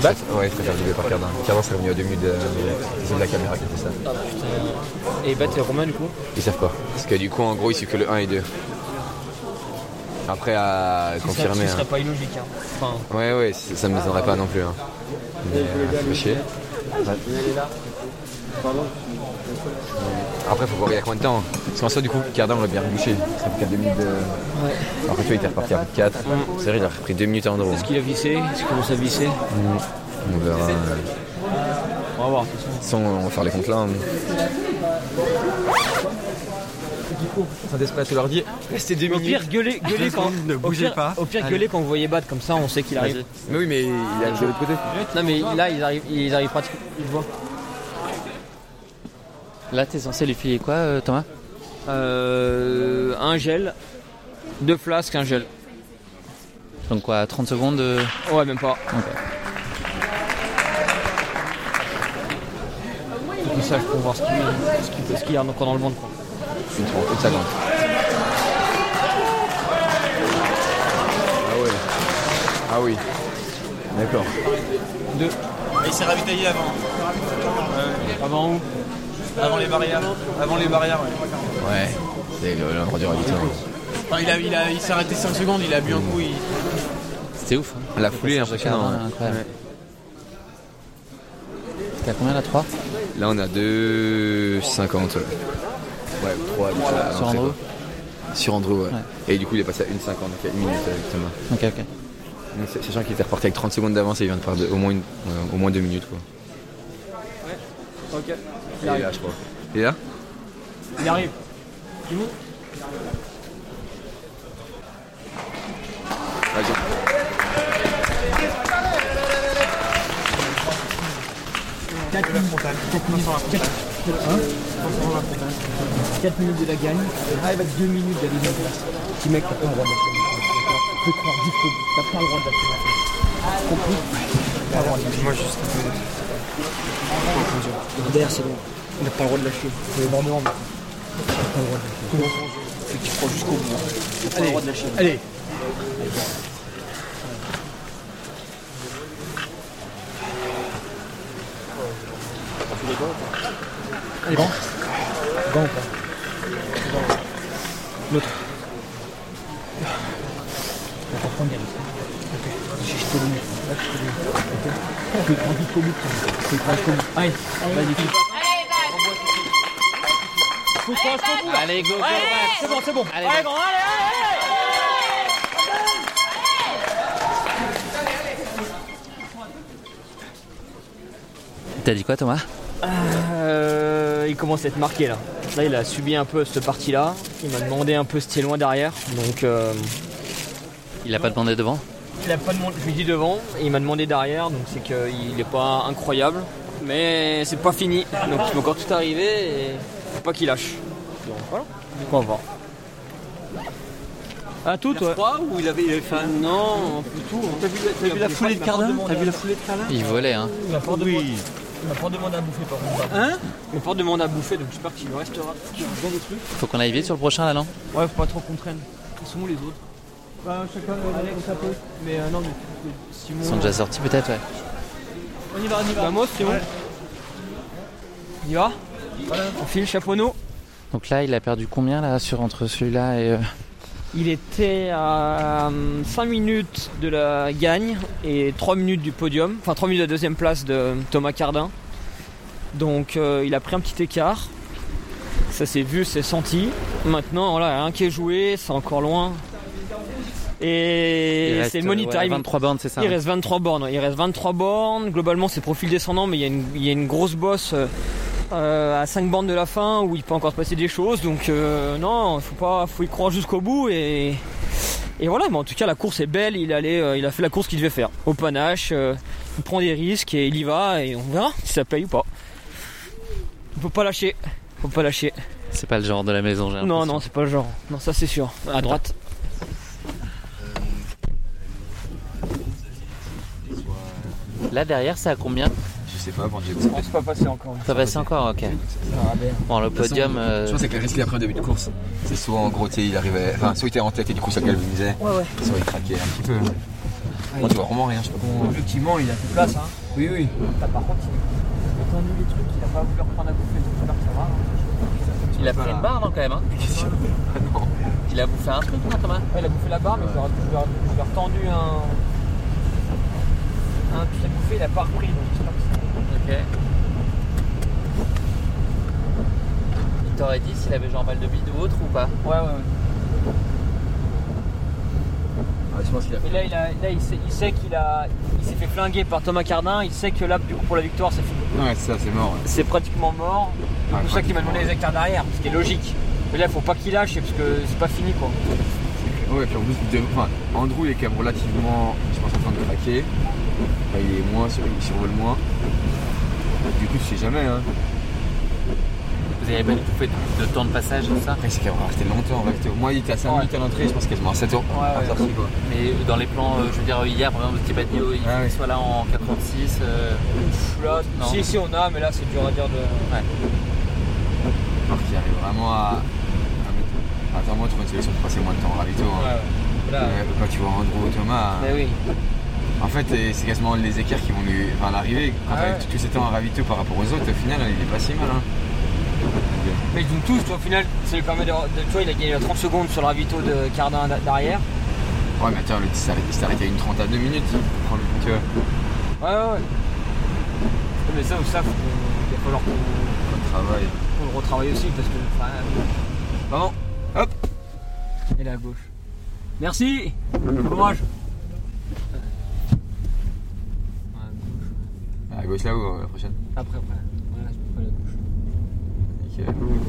E: Bac Bah. Ouais, je préfère JB par Cardin. Cardin, c'est revenu à deux minutes de, de- de la caméra qui était ça.
H: Et battre Romain du coup
E: Ils savent pas. Parce que du coup, en gros, il suit que le 1 et 2. Après, à confirmer.
H: Ce serait
E: hein.
H: pas illogique. Hein. Enfin,
E: Ouais, ouais, ça ça me donnerait pas non plus. Hein. Mais, euh, ça fait chier. Après, faut voir il y a combien de temps. Parce qu'en soi, du coup, Cardin, on l'a bien rebouché. Ça fait 4 minutes de. Après, tu vois, il était reparti à bout de 4. C'est vrai, il a repris 2 minutes en drôle.
H: est-ce qu'il a vissé Est-ce qu'il commence à visser
E: On verra. euh,
H: On va voir. de toute
E: Sans, on va faire les comptes là. hein.
H: Saint-Esprit, tu leur dis
E: restez deux
H: Au
E: minutes.
H: pire, gueulez,
E: Deux
H: gueulez quand.
E: secondes, ne
H: au
E: bougez
H: pire-
E: pas.
H: Au pire,
E: Allez.
H: gueulez quand vous voyez battre, comme ça on sait qu'il arrive.
E: Vas-y. Mais oui, mais il arrive de l'autre côté.
H: Non, mais là, ils arrivent, ils arrivent pratiquement. Ils le voient.
A: Là, t'es censé lui filer quoi, euh, Thomas
H: Euh, un gel, deux flasques, un gel.
A: Donc quoi, 30 secondes euh,
H: Ouais, même pas. Faut qu'ils sachent pour voir ce qu'il- ce qu'il- ce qu'il y a encore dans le ventre. quoi.
E: Une trente, une seconde. Ah ouais. Ah oui. D'accord.
R: Deux. Il s'est ravitaillé avant. Avant où Avant les barrières. Avant les barrières, ouais.
E: Ouais. C'est le- l'endroit du ravitaillement.
R: Enfin, il, a, il, a, il s'est arrêté 5 secondes, il a bu un coup. Il...
A: C'était ouf. hein.
E: La foulée est
A: Le passage de
E: impressionnante. hein.
A: Cardin, incroyable. T'as combien là 3
E: Là on a 2,50. Ouais, 3
A: Sur Andrew
E: Sur Andrew, ouais. Et du coup il est passé à 1,50, donc il y a une minute avec Thomas.
A: Ok, ok.
E: Donc, c'est- Sachant qu'il était reparti avec 30 secondes d'avance et il vient de faire de- au, moins une- euh, au moins 2 minutes quoi.
H: Ok.
E: Il est là je crois. Il est là
H: Il arrive. Tu vois
E: Vas-y.
B: minutes de la gagne. Ah, il va 2 minutes d'aller dans la place. Petit mec, t'as pas le droit de la Tu peux croire jusqu'au bout. T'as pas le droit de la Compris Pas le droit de lâcher. Moi, juste un peu. Derrière, c'est bon. On n'a pas le droit de lâcher. C'est énormément. mais On n'a pas le droit de lâcher. Faut que tu crois jusqu'au bout. On n'a pas le droit de lâcher. Allez
H: Allez, bon.
B: Gant ou
H: L'autre.
B: Par contre, il y a l'autre. Ok. Je je te le mets. Là, je te le mets. Ok. Tu le prends jusqu'au bout. Tu le prends jusqu'au bout. Allez, vas-y, tu le prends.
H: Faut pas se tromper.
A: Allez, go, go,
H: Allez, C'est bon, c'est bon. Allez, grand, allez,
A: T'as dit quoi, Thomas
H: Euh, il commence à être marqué là. Là, il a subi un peu cette partie-là. Il m'a demandé un peu si c'était loin derrière. Donc, euh,
A: Il a pas demandé devant
H: il a pas demandé- je lui dis devant et il m'a demandé derrière. Donc, c'est qu'il n'est pas incroyable. Mais c'est pas fini. Donc, il peut encore tout arriver et faut pas qu'il lâche. Donc, voilà. Donc, on va voir. À tout, toi.
S: ou il avait, il avait fait un non, un peu tout. hein. T'as vu, la- t'as vu la foulée de Cardin T'as vu la foulée de Cardin
A: Il volait, hein.
H: Il m'a pas demandé, il m'a pas demandé à bouffer par contre. Hein Il m'a pas demandé à bouffer donc j'espère qu'il lui restera. des trucs.
A: Faut qu'on aille vite sur le prochain, là, non
H: Ouais, faut pas trop qu'on traîne. Ils sont où les autres Bah, chacun avec sa pote. Mais
S: euh,
H: non, mais Simon.
A: Ils sont déjà sortis, peut-être, ouais.
H: On y va, on y va. Vamos, Simon. On y va On file chaponneau.
A: Donc là, il a perdu combien, là, sur entre celui-là et. euh,
H: Il était à 5 minutes de la gagne et 3 minutes du podium, enfin 3 minutes de la deuxième place de Thomas Cardin. Donc euh, il a pris un petit écart. Ça s'est vu, c'est senti. Maintenant, voilà, il y a un qui est joué, c'est encore loin.
A: Il
H: Et
A: reste,
H: c'est le money
A: euh, ouais,
H: time.
A: 23 bornes, c'est ça,
H: Il
A: hein.
H: reste 23 bornes. Il reste 23 bornes. Globalement, c'est profil descendant, mais il y a une, il y a une grosse bosse euh, euh, à 5 bandes de la fin où il peut encore se passer des choses. Donc euh, non, faut pas, faut y croire jusqu'au bout et et voilà. Mais en tout cas, la course est belle. Il allait, euh, il a fait la course qu'il devait faire au panache. euh, il prend des risques et il y va et on verra si ça paye ou pas. On peut pas lâcher. Faut pas lâcher.
A: C'est pas le genre de la maison, j'ai
H: Non, non, c'est pas le genre. Non, ça c'est sûr. À droite.
A: Là derrière, c'est à combien
E: Je sais pas, quand j'ai
A: Je pense
H: pas passer encore.
A: Ça passait encore, ok. Bon, le
E: De toute façon,
A: podium. euh,
E: Je pense que le risque après le début de course, c'est soit en gros, tu sais, il arrivait. Enfin, soit il était en tête et du coup, ça galvanisait.
H: Ouais, ouais.
E: Soit il craquait un petit peu. Moi, tu vois vraiment rien, je sais pas comment.
H: Effectivement, il a fait place. Hein.
E: Oui, oui.
H: par contre, il a tendu les trucs, il a pas voulu reprendre à bouffer, donc j'espère que ça va. hein.
A: Il a pris une barre, non, quand même. hein Il a bouffé un truc, non, Thomas
H: Ouais, il a bouffé la barre, mais je lui ai- je lui ai- je lui ai retendu un. Un pied bouffé, il a pas repris, donc j'espère que
A: Ok. Il t'aurait dit s'il avait genre mal de bide ou autre ou pas
H: Ouais, ouais, ouais.
E: je pense qu'il a
H: Et là, il, a- là, il sait, il sait qu'il a, il s'est fait flinguer par Thomas Cardin. Il sait que là, du coup, pour la victoire, c'est fini.
E: Ouais, c'est ça, c'est mort.
H: C'est pratiquement mort. C'est pour ça qu'il m'a demandé les hectares derrière, ce qui est logique. Mais là, faut pas qu'il lâche, parce que c'est pas fini, quoi.
E: Ouais, et puis en plus, de- enfin, Andrew il est quand même relativement, je pense, en train de craquer. Enfin, il est moins, sur- il survole moins. Du coup, tu sais jamais. Hein.
M: Vous avez pas du tout fait de- de temps de passage, tout ça
E: Après, c'est quand même resté longtemps. on va rester- Moi, il était à 5 minutes à l'entrée, je pense quasiment à 7 heures.
M: ouais.
E: heures, c'est quoi.
M: Mais dans les plans, euh, je veux dire, hier, par exemple, Thibadio, oh, il faut qu'il soit là en 86. euh,
H: Là,
M: Non.
H: si, si, on a, mais là, c'est dur à dire de.
E: Alors qu'il arrive vraiment à. à mettre- Attends, moi, tu vois une sélection de passer moins de temps au ravito. hein.
H: Là,
E: Mais Quand tu vois Andrew Thomas.
H: Mais oui.
E: En fait, euh, c'est quasiment les écarts qui vont lui. Enfin, l'arrivée.
H: Ah
E: Enfin,
H: ouais.
E: Tous ces temps à ravito par rapport aux autres, au final, il est pas si mal. hein.
H: Mais ils ont tous, tu vois, au final, ça lui permet de. de- tu vois, il a gagné 30 secondes sur le ravito de Cardin da- derrière.
E: Ouais, mais attends, le il s'est arrêté- il s'est arrêté à une trentaine de minutes. Prends le- Tu vois.
H: Ouais, ouais, ouais. Mais ça, ça, faut qu'on- il va falloir qu'on
E: Travail.
H: qu'on le retravaille aussi, parce que. enfin, euh, Vraiment, hop Et là à gauche. Merci Courage
E: À gauche là ou Ah, la prochaine
H: Après, après. Voilà, je peux pas la gauche.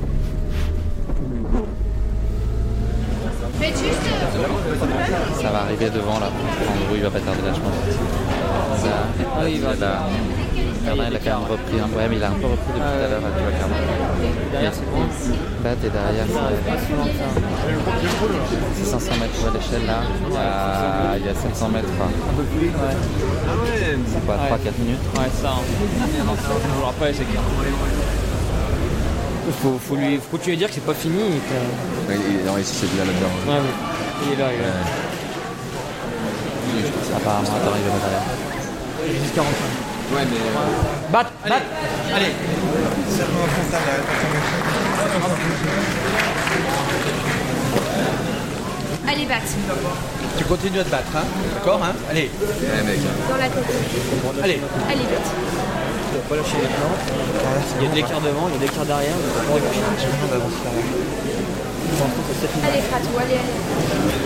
E: Nickel.
I: Faites juste.
A: Ça va arriver devant là. En gros, il va pas tarder là, je pense. Ça, ah, il va. Là. Cardin, il a quand même repris. Hein. Ouais, mais il a un peu repris depuis tout à l'heure, là, tu vois, Cardin. Euh, Derrière, c'est bon. Là, t'es derrière. C'est 500 mètres, tu vois l'échelle là. Ah, il y a 700 mètres, quoi. Un peu plus, ouais. C'est quoi, 3-4 minutes
H: Ouais, ça, hein. on jouera pas les écarts. Faut, faut lui faut continuer à dire que c'est pas fini. et que-
E: Ouais, il- non, ici, c'est de la là-dedans.
H: Ouais, ouais. Il est là, il est là.
A: Apparemment, attends, il va derrière.
H: Il est juste 45.
E: Ouais, mais. euh,
H: Bat, bat Allez
I: Allez, bat.
Q: Tu continues à te battre, hein D'accord, hein Allez.
I: Dans la tête.
Q: Allez.
I: Allez, bat.
H: Il va pas lâcher maintenant. Il y a de l'écart devant, il y a de l'écart derrière. On va lâcher. On va avancer derrière.
I: Allez, Kratou, allez, allez.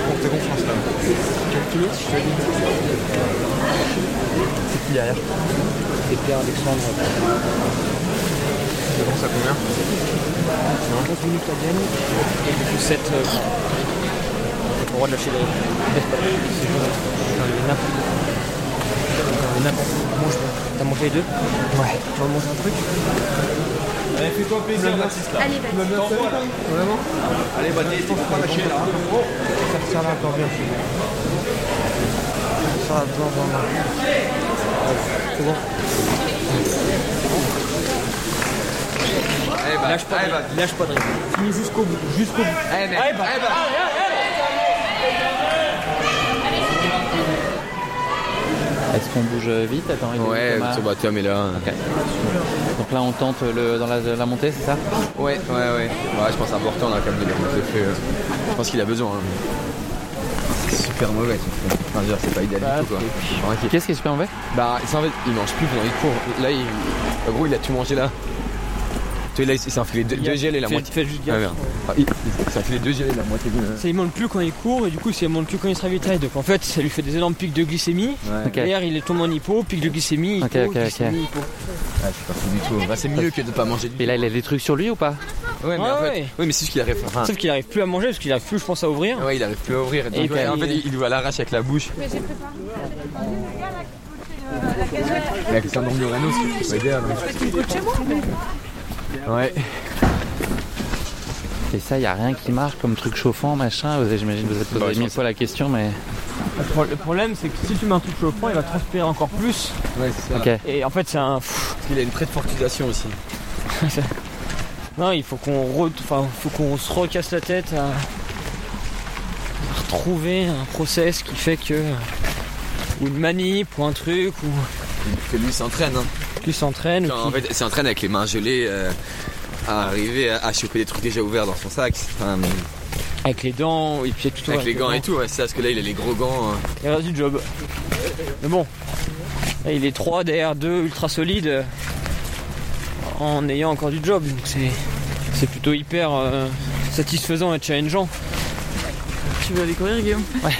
Q: Porte confiance là.
H: C'est qui derrière C'est Pierre Alexandre.
E: Je pense à combien
H: 15 minutes à gagner. Et du coup 7
E: euh,
H: le droit de lâcher les. C'est juste. Putain, il y en a. Putain, il y en a. Mange. T'as mangé les deux Ouais. Tu vas manger un truc
Q: Allez, fais-toi plaisir, Baptiste là.
I: Allez,
Q: Tu
I: Baptiste.
Q: m'as bien servi, là Vraiment Allez, Baptiste, faut pas lâcher là. Ça là encore bien. Ça va,
H: C'est bon.
E: Allez, bah,
H: lâche pas, de rire. lâche pas de rire. Finis jusqu'au bout, jusqu'au bout.
E: Allez, mec.
H: Allez, bah.
E: ben.
A: Est-ce qu'on bouge vite Attends, il est où,
E: Ouais,
A: Thomas
E: Thomas, Tom est là.
A: Ok. Donc là, on tente le, dans la, la montée, c'est ça
E: Ouais, ouais, ouais. Ouais, je pense que c'est important là, comme de les remonter fait. euh, Je pense qu'il a besoin. hein. C'est super mauvais. tu sais. Enfin, je veux dire, c'est pas idéal du tout quoi.
A: Qu'est-ce qui est super mauvais
E: Bah, c'est en fait, il mange plus pendant il court. Là, il... en gros, il a tout mangé là. Toi, là, il s'est enfilé deux,
H: Il y a-
E: deux gels et la
H: fais-
E: moitié.
H: fais juste gaffe.
E: Ah, merde. Ah, il il s'est enfilé deux gels et la moitié. de-
H: Ça il monte plus quand il court et du coup ça il monte plus quand il se ravitaille. Donc en fait ça lui fait des énormes pics de glycémie.
E: Ouais. Ok.
H: D'ailleurs il est tombé en hypo, pic de glycémie, hypo,
E: Ok, ok, ok.
H: glycémie, hypo.
E: Ah, je suis pas fou du tout. Bah, c'est mieux que de pas manger du tout.
A: Et là, il a des trucs sur lui ou pas
E: Ouais, mais
H: Ouais,
E: en fait.
H: ouais.
E: Ouais, mais c'est ce qu'il arrive. Enfin,
H: Sauf qu'il arrive plus à manger parce qu'il arrive plus je pense à ouvrir.
E: Ah ouais, il arrive plus à ouvrir.
H: Et
E: Donc, euh,
H: puis,
E: ouais, en fait,
H: il-
E: il il ouvre à l'arrache avec la bouche.
I: Mais j'ai préparé. La
E: Mais avec le syndrome de Raynaud, c'est pas idéal. hein.
I: chez moi.
E: Ouais.
A: Et ça, il n'y a rien qui marche comme truc chauffant, machin. Vous- J'imagine que vous êtes posé mille fois la question, mais.
H: Le pro- Le problème c'est que si tu mets un truc chauffant il va transpirer encore plus.
E: Ouais, c'est ça.
A: Ok.
H: Et en fait c'est un...
E: Parce qu'il a une très forte utilisation aussi.
H: Non, il faut qu'on re- enfin, faut qu'on se recasse la tête à... à retrouver un process qui fait que ou une manip ou un truc ou
E: Que lui s'entraîne. Hein.
H: qui s'entraîne. ou
E: Genre, en
H: qu'il-
E: fait, il s'entraîne avec les mains gelées euh, à arriver à, à choper des trucs déjà ouverts dans son sac. Enfin,
H: Avec les dents et puis tout.
E: avec les gants et tout, ouais, c'est ça, parce que là, il a les gros gants. euh.
H: Il reste du job. Mais bon, là, il est 3 DR2 ultra solide euh, en ayant encore du job. Donc c'est, c'est plutôt hyper euh, satisfaisant et challengeant. Tu veux aller courir, Guillaume
A: Ouais.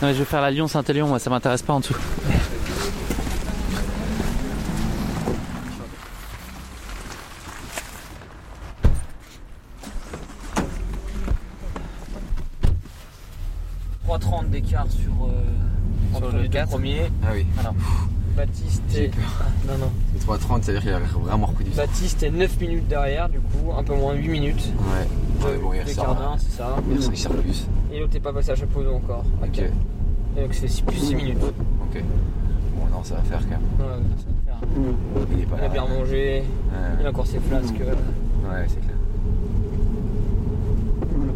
A: non, mais je veux faire la Lyon-Saint-Élion, moi, ça m'intéresse pas en dessous.
H: Ouais. 3,30 d'écart sur, euh, entre les deux premiers.
E: Ah oui.
H: Alors, Baptiste est... Ah, non, non.
E: C'est 3.30, c'est-à-dire qu'il a vraiment reconnu ça.
H: Baptiste est 9 minutes derrière, du coup, un peu moins 8 minutes.
E: Ouais. Ouais, bon, il
H: D'écart
E: ressort.
H: d'un, c'est ça.
E: Il ressort, il sort le bus.
H: Et l'autre n'est pas passé à chapeau d'eau encore.
E: Ok.
H: Et donc c'est 6 plus 6 minutes.
E: Ok. Bon, non, ça va faire quand même.
H: Ouais, ça va faire.
E: Il est pas
H: Il
E: là.
H: a bien mangé, il a encore ses flasques. euh,
E: Ouais, c'est clair. Ouais,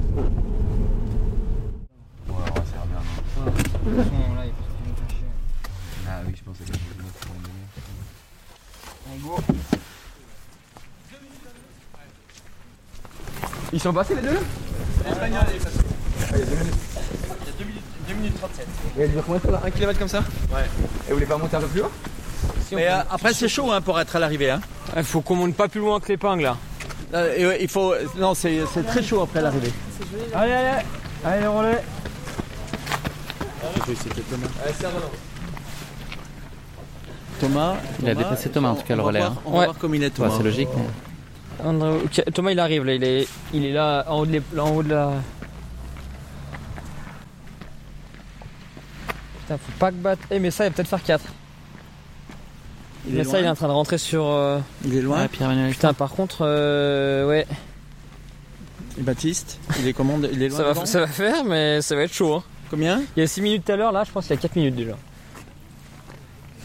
E: on va se faire bien. Ah oui, je pense que c'est quelque chose Ils sont passés les deux
R: L'espagnol est passé. Il y a 2 minutes. 2 minutes 37.
E: Il dure combien de temps là 1 km comme ça
R: Ouais.
E: Et vous voulez pas monter un peu plus haut
T: Mais euh, après, c'est chaud hein, pour être à l'arrivée. Hein. Euh,
H: Il Ah, faut qu'on monte pas plus loin que l'épingle là.
T: il faut... Non, c'est c'est très chaud après l'arrivée.
H: Allez, allez, allez, on relais.
T: Thomas,
A: Il a dépassé Thomas, en tout cas, le relais. hein.
H: on va Ouais. voir
T: comme il est,
A: Ouais, c'est logique. mais-
H: Thomas il arrive là, il est, il est là en haut de, l'ép- là, en haut de la. Putain, faut pas que battre. Eh, mais ça, il va peut-être faire 4.
T: Il est
H: mais ça,
T: loin. hein.
H: il est en train de rentrer sur. euh,
T: Il est loin.
A: Ouais, Pierre-Emmanuel.
H: Putain, par contre, euh, ouais.
T: Et Baptiste, il est commande, il est loin.
H: Ça va,
T: devant
H: ça va faire, mais ça va être chaud. hein.
T: Combien
H: Il y a 6 minutes tout à l'heure, là, je pense qu'il y a 4 minutes déjà.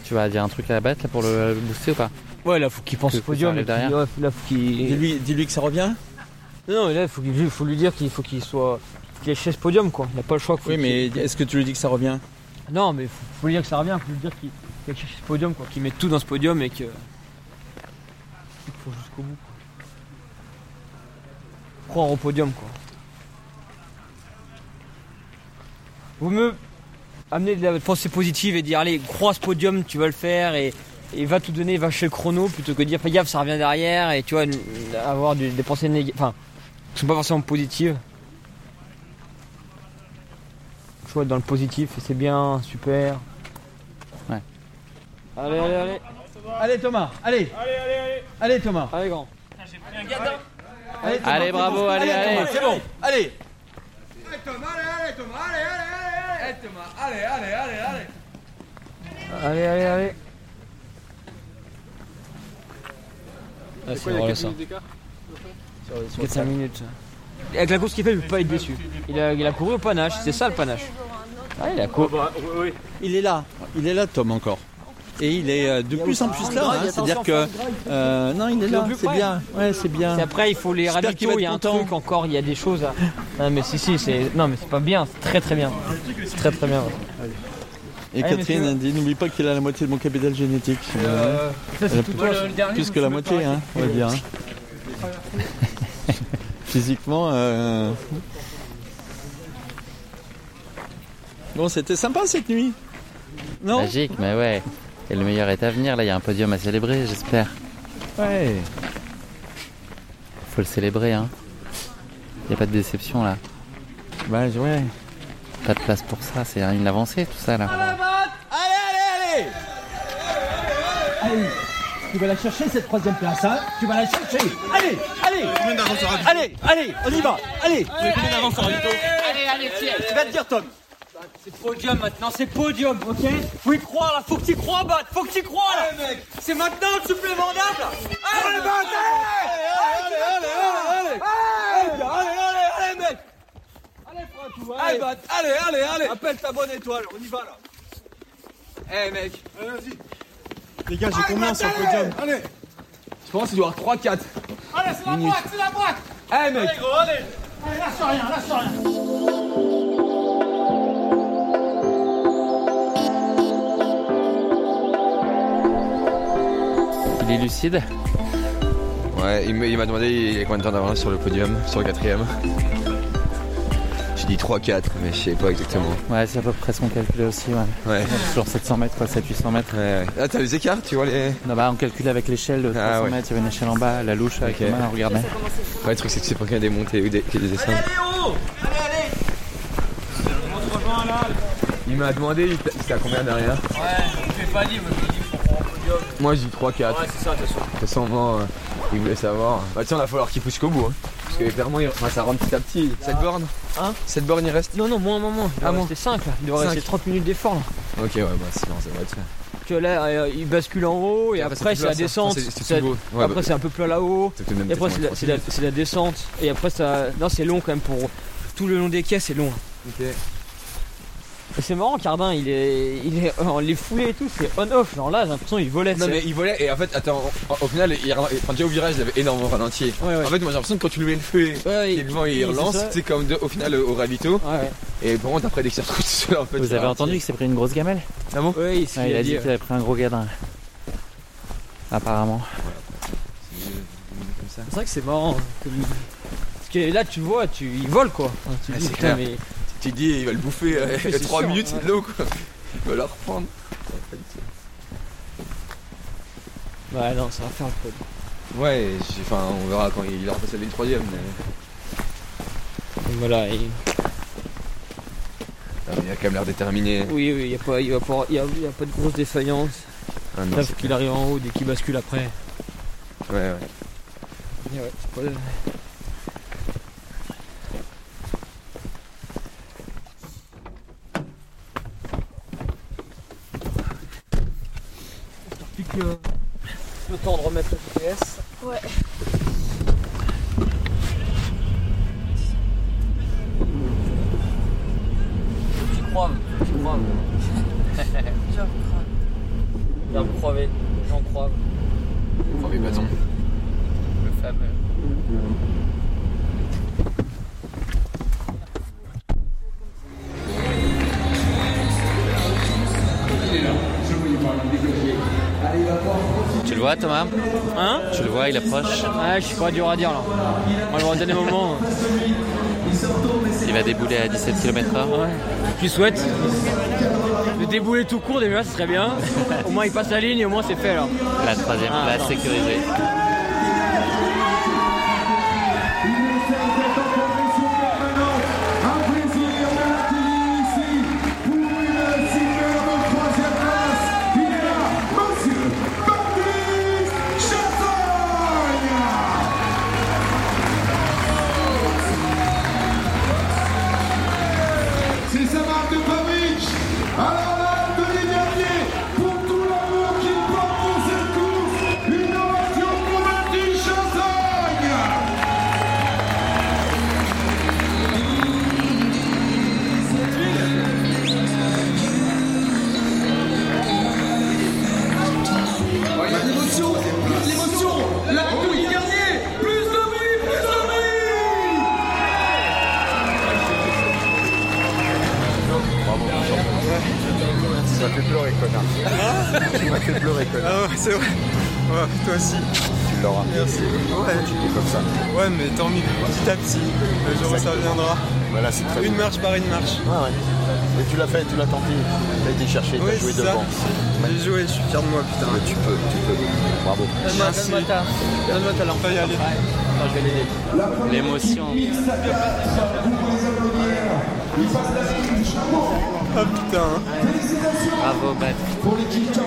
A: Tu vas dire un truc à la bête là, pour le le booster ou pas
H: Ouais, là, faut qu'il pense
A: Que-
H: au
A: que ça
H: podium.
A: arrive
H: et qu'il-
A: derrière.
H: ouais, là, faut qu'il.
T: Dis-lui dis-lui que ça revient.
H: Non, mais là, faut, qu'il- faut lui dire qu'il faut qu'il soit. qu'il est chez ce podium, quoi. Il n'a pas le choix. faut
T: Oui,
H: qu'il-
T: mais est-ce que tu lui dis que ça revient
H: Non, mais faut, faut lui dire que ça revient, faut lui dire qu'il qu'il est chez ce podium, quoi. Qu'il met tout dans ce podium et que. Il faut jusqu'au bout, quoi. Croire au podium, quoi. Vaut mieux amener de la pensée positive et dire allez, crois ce podium, tu vas le faire et, et va tout donner, va chez le chrono plutôt que de dire fais gaffe, ça revient derrière et tu vois, n- avoir du- des pensées négatives, enfin, qui sont pas forcément positives. Je vois dans le positif, c'est bien, super.
A: Ouais.
H: Allez, allez, allez.
T: Allez Thomas, allez
R: Allez, allez, allez.
T: Allez Thomas
H: Allez, grand.
R: J'ai pris un gadin.
T: Allez,
H: Ah,
T: Thomas,
A: Allez,
T: c'est
A: bravo,
T: bon.
A: allez, allez.
T: Thomas, C'est bon, allez
R: Allez, Thomas, allez, allez, Thomas, allez, allez, allez. Allez, Thomas, allez, allez, allez, allez.
H: Allez, allez, allez. Ah, c'est drôle ça. 4-5 minutes. Et avec la course qu'il fait, je peux pas être déçu. Il a, il a couru au panache, c'est ça le panache. Ah, il a couru.
T: Il est là, il est là Tom encore. Et il est euh, de plus en plus là, hein, c'est-à-dire que... euh, non, il est là, c'est bien. Ouais, c'est bien.
H: Et après, il faut les
T: J'espère qu'il va
H: ravitaux,
T: être
H: il y a un
T: content.
H: truc encore, il y a des choses à. Non, mais si, si, c'est. Non, mais c'est pas bien, c'est très très bien. C'est très très bien. ouais. Eh,
T: Et
H: Allez,
T: Catherine
H: messieurs.
T: elle dit, n'oublie pas qu'il a la moitié de mon capital génétique.
H: Euh, ça, c'est
T: Elle a
H: tout
T: plus-
H: toi, le dernier,
T: plus
H: je
T: que
H: me
T: la
H: suis
T: moitié,
H: arrêté.
T: hein, on va dire. hein. Physiquement... euh, Bon, c'était sympa cette nuit. Non
A: Magique, mais ouais. Et le meilleur est à venir, là, il y a un podium à célébrer, j'espère.
T: Ouais.
A: faut le célébrer. Hein. Y a pas de déception là.
Q: Bah ouais.
A: Pas de place pour ça, c'est une avancée tout ça là.
B: Allez, allez,
U: allez Allez Tu vas la chercher cette troisième place, hein Tu vas la chercher Allez Allez
P: Allez, allez, on y va Allez
U: Allez, allez,
P: Tu vas te dire Tom
U: C'est podium maintenant, c'est podium, ok Faut y croire là, faut que tu crois, Bat, faut que tu crois là C'est maintenant le supplément d'âme là Allez, Bat, allez Allez, allez, allez Allez, allez, allez, allez, mec Allez, prends tout, allez Bat, allez, allez, allez Appelle ta bonne étoile, on y va là Eh mec
P: Les gars, j'ai
U: Allez,
P: combien sur le
U: allez.
P: podium
U: Allez
P: Je pense qu'il doit y avoir 3-4.
U: Allez, c'est la
P: Minute.
U: braque, c'est la braque
P: Allez, mec.
U: Allez, gros, allez Allez, lâche rien, lâche rien
A: Il est lucide
E: Ouais, il me- il m'a demandé il y a combien de temps d'avance sur le podium, sur le quatrième. J'ai dit 3-4, mais je sais pas exactement.
A: Ouais, c'est à peu près ce qu'on calculait aussi, ouais.
E: Ouais.
A: Sur 700 mètres, quoi, 700-800 mètres.
E: Ah, t'as les écarts, tu vois les.
A: Non, bah, on calcule avec l'échelle de 300
E: Ah, ouais.
A: mètres, il y avait une échelle en bas, la louche avec
E: Ok.
A: la main, on regardait.
E: Ouais, le truc, c'est que c'est pas qu'il y a des montées ou des, qu'il y a des descentes.
T: oh.
E: Il m'a demandé, il t'a- c'était à combien derrière
R: Ouais, tu fais pas libre, je dis, faut prendre un podium.
E: Moi, j'ai dit 3-4.
R: Ouais, c'est ça, de toute façon.
E: De toute façon, moi, euh, il voulait savoir. Bah, tiens, il va falloir qu'il pousse jusqu'au bout. hein. Parce que clairement, il- enfin, ça rentre petit à petit. Cette borne
H: Hein
E: Cette borne, il reste
H: Non, non, moins, moins, moins. Il doit
E: Ah, moins.
H: rester 5 là. Il doit
E: Cinq.
H: rester 30 minutes d'effort là.
E: Ok, ouais, bah, c'est bon, ça va être.
H: Parce que là, euh, il bascule en haut et
E: Ouais, c'est
H: après
E: plus
H: c'est la
E: plat, ça.
H: descente.
E: Enfin, c'est- c'est
H: C'est-
E: tout beau. Ouais,
H: après
E: bah,
H: c'est un peu plat là-haut.
E: c'est peut-être même
H: Et après
E: peut-être
H: c'est la,
E: moins
H: c'est la- c'est la descente. Et après ça, non c'est long quand même pour tout le long des quais, c'est long.
E: Ok.
H: Et C'est marrant, Cardin, il est, il est, on les foulé et tout, c'est on-off. Genre là, j'ai l'impression qu'il volait.
E: Non
H: tu sais.
E: mais il volait et en fait attends au- au, final il, ra- enfin, déjà au virage il avait énormément ralenti. En fait moi j'ai l'impression que quand tu lui mets le feu et le vent il,
A: il-
E: relance
A: c'est ça.
E: c'est comme de- au final euh, au ravito. Et par contre après dès que ça retrouve tout seul en fait.
A: Vous
E: il
A: avez
E: ralentit.
A: entendu que c'est pris une grosse gamelle
E: Ah bon
H: Oui,
A: Ouais, il a dit qu'il avait pris un gros gadin. Apparemment.
E: euh,
H: C'est vrai que c'est marrant. hein, comme- Parce que là, tu vois, tu, il vole quoi. Hein, tu
E: Ah,
H: dis,
E: c'est
H: putain,
E: clair.
H: mais-
E: Tu te dis il va le bouffer
H: Il va le bouffer, c'est
E: 3
H: sûr, hein.
E: minutes
H: ouais.
E: c'est de l'eau quoi. Il va la reprendre. Ouais, pas du tout.
H: Ouais, non, ça va faire le pod.
E: Ouais j'ai- enfin on verra quand il aura passé les troisième mais
H: Et Voilà, et-
E: Ah, mais il a quand même l'air déterminé.
H: oui, oui, il n'y a, pas- y a, pas- y a- y a pas de grosse défaillance.
E: Ah non,
H: Là,
E: c'est
H: faut qu'il arrive en haut dès qu'il bascule après.
E: Ouais ouais.
H: Et ouais, c'est pas- Plus que le temps de remettre le GPS.
I: Ouais.
H: Tu crois, tu crois. L'arbre croivé, j'en crois.
E: Premier bâton.
H: Le fameux.
A: Tu le vois, Thomas
H: Hein
A: Tu le vois, il approche.
H: Ouais, je suis pas dur à dire là. Moi, je des moments.
A: Il va débouler à 17 km/h.
H: Je lui souhaite de débouler tout court déjà, ce serait bien. Au moins, il passe la ligne et au moins, c'est fait alors.
A: La troisième
H: Ah,
A: place
H: attends.
A: sécurisée.
B: C'est sa marque de fabrique. Alors là, Denis Dernier, pour tout l'amour qu'il porte pour cette course, une ovation pour Martin Chassagne. L'émotion, l'émotion, la Denis Dernier, plus de bruit, plus de bruit.
V: Tu m'as fait pleurer, connard. Tu m'as fait pleurer, connard.
Q: Ah ouais, c'est vrai. Ouais, toi aussi.
V: Tu l'auras.
Q: Merci. Ouais, tu
V: fais comme ça.
Q: Ouais, mais tant mieux. Petit à petit, le jour où ça viendra.
V: Voilà, Bah c'est très
Q: Une
V: bien.
Q: marche par une marche.
V: Ouais, ouais. Et tu l'as fait, tu l'as tenté. T'as été chercher, t'as
Q: Oui,
V: joué
Q: c'est ça.
V: devant.
P: J'ai joué, je suis fier de moi, putain.
E: tu peux, tu peux. Bravo.
P: Donne-moi donne-moi ta donne-moi ta lampe.
A: Attends, je vais l'aider. L'émotion.
P: Ah putain.
A: Bravo, Bat.
B: Pour l'équipe 41-88.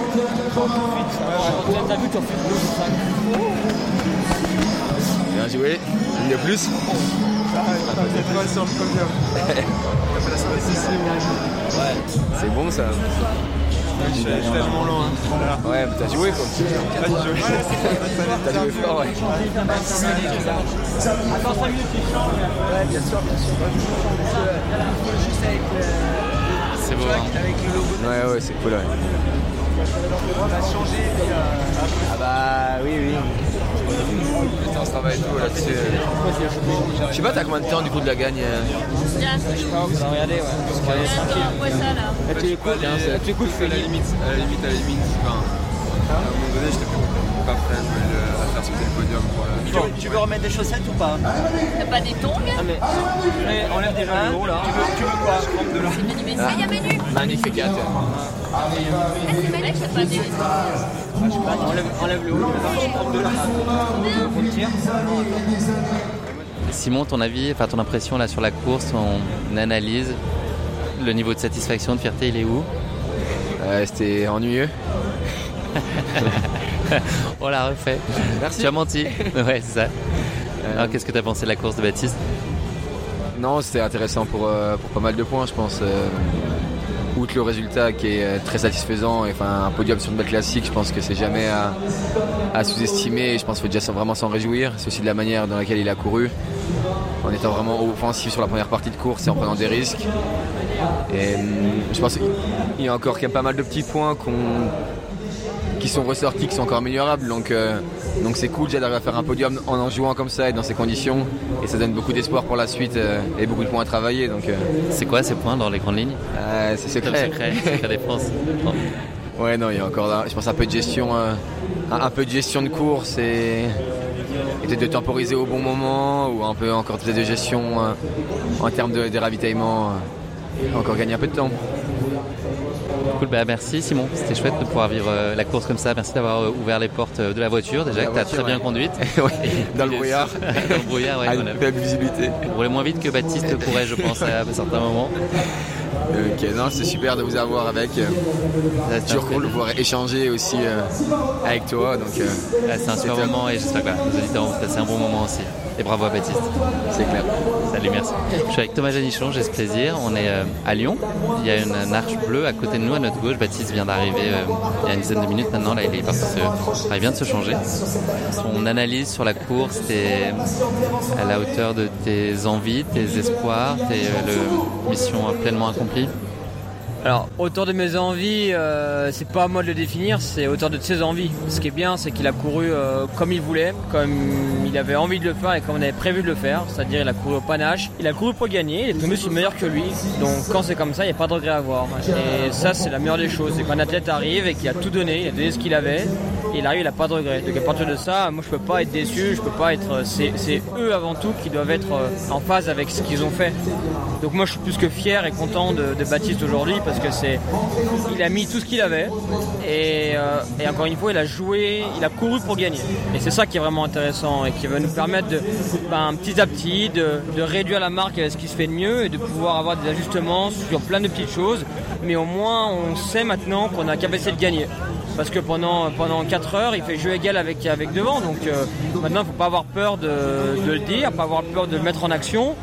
H: T'as vu, t'en fais
E: Bien joué. Une de plus.
P: T'inquiète pas, sur le podium. T'as la soirée, c'est
E: Ouais. C'est bon ça.
P: Je suis tellement loin.
E: Ouais, mais t'as joué quoi. T'as joué fort, ouais.
U: Attends 5 minutes, il change. Ouais, bien sûr, bien sûr. Juste avec
A: C'est beau. hein.
U: Avec le logo.
E: Ouais, ouais, c'est cool, ouais.
U: On a changé. euh,
E: Ah bah oui, oui. Putain, on se travaille tout là-dessus. Je sais pas, t'as combien de temps du coup de la gagne euh
H: Vous en regardez, ouais. Vous regardez tranquille. Là, tu écoutes, hein, c'est- là, tu écoutes,
V: à la
H: Félix.
V: limite, à la limite, à la limite, enfin, à un moment donné, j'étais plus- pas prêt à jouer le- à faire sauter le podium pour la-
S: Tu veux- Tu veux remettre des chaussettes ou pas
I: T'as pas des tongs
H: mais...
S: enlève déjà le gros là. Tu veux, tu veux quoi
I: Ah, il y a Manu
E: Magnifique, gâte.
I: Ah, c'est Manu qui a pas des...
S: Enlève, enlève le haut. On le tire.
A: Simon, ton avis, enfin ton impression là sur la course, on analyse le niveau de satisfaction, de fierté, il est où
E: Euh, C'était ennuyeux.
A: On l'a refait. Merci. Tu as menti. Ouais, c'est ça. Alors, qu'est-ce que t'as pensé de la course de Baptiste
E: Non, c'était intéressant pour, euh, pour pas mal de points, je pense. Euh, outre le résultat qui est euh, très satisfaisant, et, enfin, un podium sur une belle classique, je pense que c'est jamais à, à sous-estimer. et Je pense qu'il faut déjà s'en- vraiment s'en réjouir. C'est aussi de la manière dans laquelle il a couru, en étant vraiment offensif sur la première partie de course et en prenant des risques. Et hum, je pense qu'il y a encore quand même pas mal de petits points qu'on- qui sont ressortis, qui sont encore améliorables. Donc euh, donc c'est cool déjà d'arriver à faire un podium en en jouant comme ça et dans ces conditions. Et ça donne beaucoup d'espoir pour la suite euh, et beaucoup de points à travailler. Donc euh,
A: C'est quoi ces points dans les grandes lignes
E: C'est
A: Comme
E: secret.
A: secret, secret défense.
E: ouais non, il y a encore là, je pense un peu de gestion, euh, un, un peu de gestion de course et, et peut-être de temporiser au bon moment ou un peu encore peut-être de gestion euh, en termes de, de ravitaillement. euh, encore gagner un peu de temps.
A: Cool, bah merci Simon, c'était chouette de pouvoir vivre euh, la course comme ça. Merci d'avoir euh, ouvert les portes euh, de la voiture déjà,
E: La
A: que t'as
E: voiture,
A: très bien
E: ouais.
A: conduite.
E: dans le brouillard.
A: Dans le brouillard, Ah ouais.
E: À
A: voilà.
E: Ah, une faible visibilité.
A: Roulez moins vite que Baptiste pourrait, je pense, à certains moments.
E: Ok, non, c'est super de vous avoir avec. euh, C'est toujours cool de pouvoir échanger aussi euh, avec toi. Donc, euh,
A: C'est un super
E: c'était-
A: moment et j'espère que voilà, les auditeurs vont passer un bon moment aussi. Et bravo à Baptiste.
E: C'est clair.
A: Salut, merci. Je suis avec Thomas Janichon, j'ai ce plaisir. On est euh, à Lyon. Il y a une, une arche bleue à côté de nous, à notre gauche. Baptiste vient d'arriver euh, il y a une dizaine de minutes maintenant. Là, il, est parti se- enfin, il vient de se changer. Son analyse sur la course, t'es à la hauteur de tes envies, tes espoirs, tes euh, le- mission euh, pleinement accomplie.
H: Alors, hauteur de mes envies, euh, c'est pas à moi de le définir, c'est hauteur de ses envies. Ce qui est bien, c'est qu'il a couru euh, comme il voulait, comme il avait envie de le faire et comme on avait prévu de le faire, c'est-à-dire il a couru au panache, il a couru pour gagner, il est tombé sur le meilleur que lui. Donc, quand c'est comme ça, il n'y a pas de regret à avoir. Et ça, c'est la meilleure des choses. C'est quand un athlète arrive et qu'il a tout donné, il a donné ce qu'il avait, et il arrive, il n'a pas de regret. Donc, à partir de ça, moi je peux pas être déçu, je peux pas être. euh, C'est c'est eux avant tout qui doivent être euh, en phase avec ce qu'ils ont fait. Donc moi je suis plus que fier et content de, de Baptiste aujourd'hui parce que c'est il a mis tout ce qu'il avait et, euh, et encore une fois il a joué, il a couru pour gagner. Et c'est ça qui est vraiment intéressant et qui va nous permettre de ben, petit à petit de, de réduire la marque à ce qui se fait de mieux et de pouvoir avoir des ajustements sur plein de petites choses. Mais au moins on sait maintenant qu'on a la capacité de gagner. Parce que pendant, pendant 4 heures, il fait jeu égal avec, avec devant. Donc euh, maintenant, il ne faut pas avoir peur de, de le dire, pas avoir peur de le mettre en action.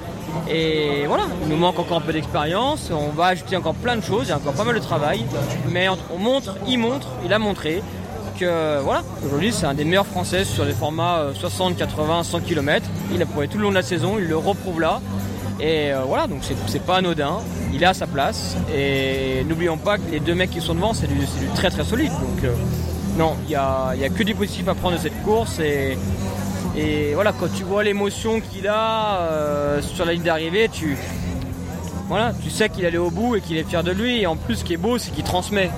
H: Et voilà, il nous manque encore un peu d'expérience, on va ajouter encore plein de choses, il y a encore pas mal de travail, mais on, on montre, il montre, il a montré que voilà, aujourd'hui c'est un des meilleurs Français sur les formats euh, 60, 80, 100 km. Il a prouvé tout le long de la saison, il le reprouve là. Et euh, voilà, donc c'est- c'est pas anodin, il a sa place. Et n'oublions pas que les deux mecs qui sont devant, c'est du, c'est du très très solide. Donc euh, non, il n'y a, il y a que du positif à prendre de cette course. Et, et voilà, quand tu vois l'émotion qu'il a euh, sur la ligne d'arrivée, tu, voilà, tu sais qu'il allait au bout et qu'il est fier de lui. Et en plus, ce qui est beau, c'est qu'il transmet.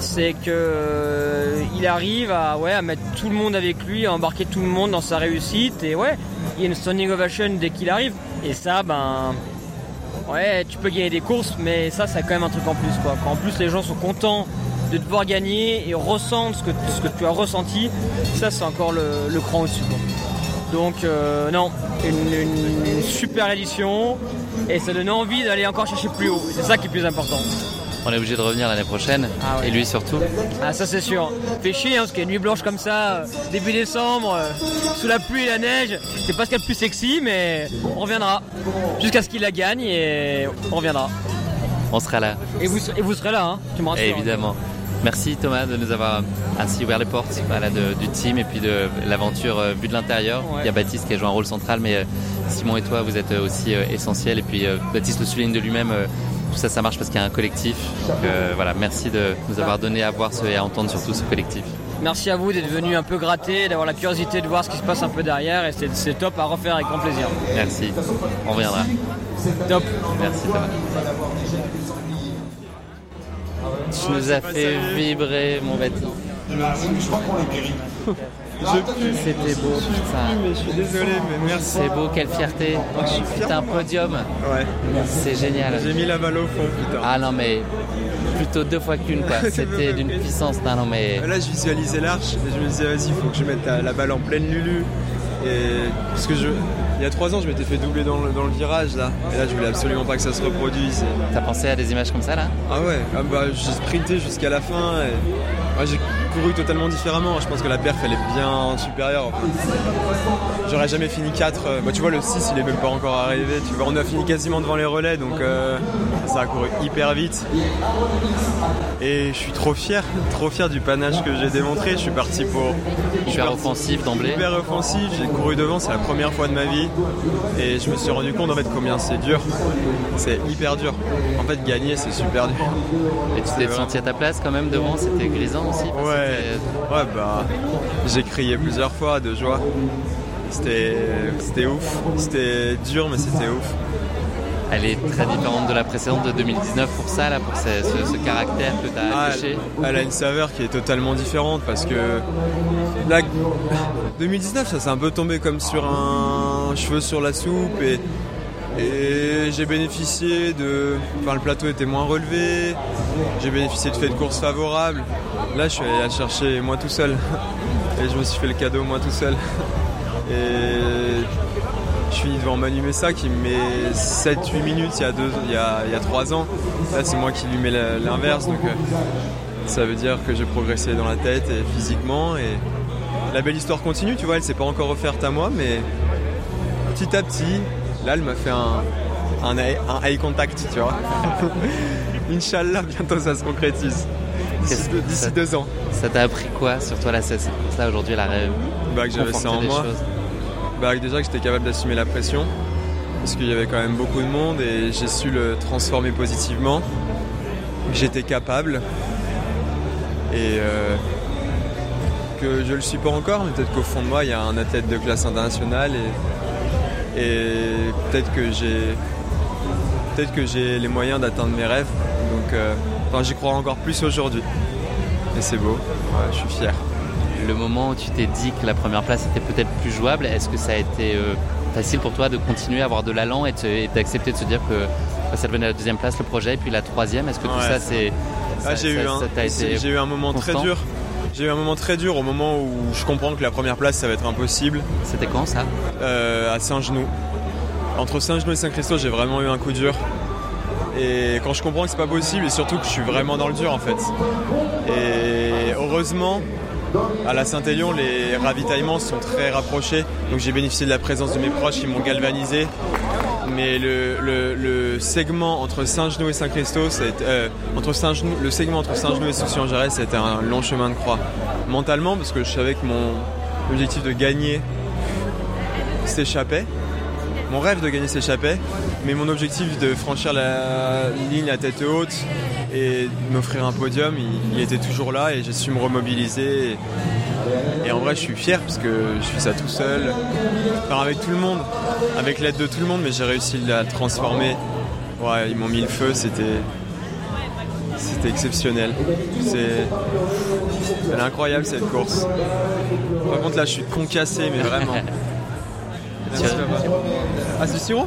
H: C'est que euh, il arrive à, ouais, à mettre tout le monde avec lui, à embarquer tout le monde dans sa réussite. Et ouais, il y a une standing ovation dès qu'il arrive. Et ça, ben, ouais, tu peux gagner des courses, mais ça, c'est quand même un truc en plus. Quoi. Quand en plus les gens sont contents de devoir gagner et ressentir ce que, ce que tu as ressenti, ça c'est encore le, le cran au-dessus. quoi. Donc euh, non, une, une- une super édition et ça donne envie d'aller encore chercher plus haut. C'est ça qui est plus important.
A: On est obligé de revenir l'année prochaine. Et lui surtout.
H: Ah ça c'est sûr. Fait chier hein, parce qu'il y a une nuit blanche comme ça, euh, début décembre, euh, sous la pluie et la neige, c'est pas ce qu'il y a de plus sexy mais on reviendra. Jusqu'à ce qu'il la gagne et on reviendra.
A: On sera là.
H: Et vous, et vous serez là, hein, tu me rassures.
A: Eh, Évidemment. Merci Thomas de nous avoir ainsi ouvert les portes voilà, de- du team et puis de l'aventure euh, vue de l'intérieur.
H: Ouais.
A: Il y a Baptiste qui a joué un rôle central, mais euh, Simon et toi, vous êtes euh, aussi euh, essentiels. Et puis euh, Baptiste le souligne de lui-même, euh, tout ça, ça marche parce qu'il y a un collectif. Donc euh, voilà, merci de nous avoir donné à voir ce, et à entendre surtout ce collectif.
H: Merci à vous d'être venu un peu gratter, d'avoir la curiosité de voir ce qui se passe un peu derrière et c'est c'est top à refaire avec grand plaisir.
A: Merci. On reviendra.
H: Top.
A: Merci Thomas. Tu nous as fait vibrer, mon Baptiste.
B: Je crois qu'on est guéri.
A: C'était beau. Je suis désolé, mais merci. C'est beau, quelle fierté. C'est un podium. Ouais. C'est génial. J'ai mis la balle au fond, putain. Ah non, mais plutôt deux fois qu'une, quoi. C'était d'une puissance. Non, non, mais.
D: Là, je visualisais l'arche et je me disais, vas-y, faut que je mette la, la balle en pleine Lulu. Et parce que je, il y a trois ans, je m'étais fait doubler dans le, dans le virage là. Et là, je voulais absolument pas que ça se reproduise.
A: T'as pensé à des images comme ça là
D: Ah ouais, ah bah, j'ai sprinté jusqu'à la fin. Et... ouais, j'ai couru totalement différemment. Je pense que la perf, elle est bien supérieure. J'aurais jamais fini 4. Bah, tu vois, le 6, il est même pas encore arrivé. Tu vois, on a fini quasiment devant les relais, donc euh, ça a couru hyper vite. Et je suis trop fier, trop fier du panache que j'ai démontré. Je suis parti pour.
A: Je suis offensif d'emblée.
D: Hyper offensif, j'ai couru devant, c'est la première fois de ma vie. Et je me suis rendu compte en fait combien c'est dur. C'est hyper dur. En fait, gagner, c'est super dur.
A: Et tu t'es senti à ta place quand même devant C'était grisant aussi
D: Ouais, ouais, bah. J'ai crié plusieurs fois de joie. C'était c'était ouf. C'était dur, mais c'était ouf.
A: Elle est très différente de la précédente de 2019 pour ça, là, pour ce, ce- ce caractère que t'as
D: Ah,
A: as
D: elle, elle a une saveur qui est totalement différente parce que la 2019 ça s'est un peu tombé comme sur un cheveu sur la soupe et, et j'ai bénéficié de. Enfin le plateau était moins relevé, j'ai bénéficié de faits de course favorables. Là je suis allé la chercher moi tout seul. Et je me suis fait le cadeau moi tout seul. Et je finis devant Manu Messa qui me met 7-8 minutes il y, a deux, il, y a, il y a 3 ans. Là, c'est moi qui lui mets la- l'inverse. Donc, euh, ça veut dire que j'ai progressé dans la tête et physiquement. Et la belle histoire continue, tu vois. Elle s'est pas encore offerte à moi, mais petit à petit, là, elle m'a fait un, un, eye, un eye contact, tu vois. Inch'Allah, bientôt ça se concrétise. D'ici deux- d'ici deux ans.
A: Ça t'a appris quoi sur toi là, cette course-là aujourd'hui, la rêve
D: bah, que j'avais ça en
A: conforté les
D: moi.
A: choses.
D: Bah, que déjà que j'étais capable d'assumer la pression, parce qu'il y avait quand même beaucoup de monde et j'ai su le transformer positivement. Que J'étais capable et euh, que je le suis pas encore, mais peut-être qu'au fond de moi il y a un athlète de classe internationale et, et peut-être que j'ai peut-être que j'ai les moyens d'atteindre mes rêves. Donc, euh, enfin, j'y crois encore plus aujourd'hui. Et c'est beau. Ouais, je suis fier.
A: Le moment où tu t'es dit que la première place était peut-être plus jouable, est-ce que ça a été euh, facile pour toi de continuer à avoir de l'allant et de- et d'accepter de se dire que bah, ça devenait la deuxième place le projet, et puis la troisième Est-ce que tout
D: Ouais.
A: ça, c'est.
D: Ah,
A: ça-
D: j'ai
A: ça-
D: eu, un-
A: ça t'a été
D: j'ai eu un moment
A: constant
D: très dur. J'ai eu un moment très dur au moment où je comprends que la première place ça va être impossible.
A: C'était quand ça
D: euh, À Saint-Genoux. Entre Saint-Genoux et Saint-Christophe, j'ai vraiment eu un coup dur. Et quand je comprends que c'est pas possible, et surtout que je suis vraiment dans le dur en fait. Et heureusement, à la Saint-Élion, les ravitaillements sont très rapprochés. Donc j'ai bénéficié de la présence de mes proches qui m'ont galvanisé. Mais le, le- le segment entre Saint-Genoux et Saint-Christo, ça a été- euh, entre Saint-Genoux, le segment entre Saint-Genoux et Soucy-en-Jarret, c'était un long chemin de croix. Mentalement, parce que je savais que mon objectif de gagner s'échappait. Mon rêve de gagner s'échappait, mais mon objectif de franchir la ligne à tête haute et de m'offrir un podium, il, il était toujours là et j'ai su me remobiliser. Et, et en vrai, je suis fier parce que je suis ça tout seul, enfin, avec tout le monde, avec l'aide de tout le monde, mais j'ai réussi à le transformer. Ouais, ils m'ont mis le feu, c'était. C'était exceptionnel. C'est. Elle est incroyable cette course. Par contre, là, je suis concassé, mais vraiment.
A: Tu-
D: Ah, c'est Siro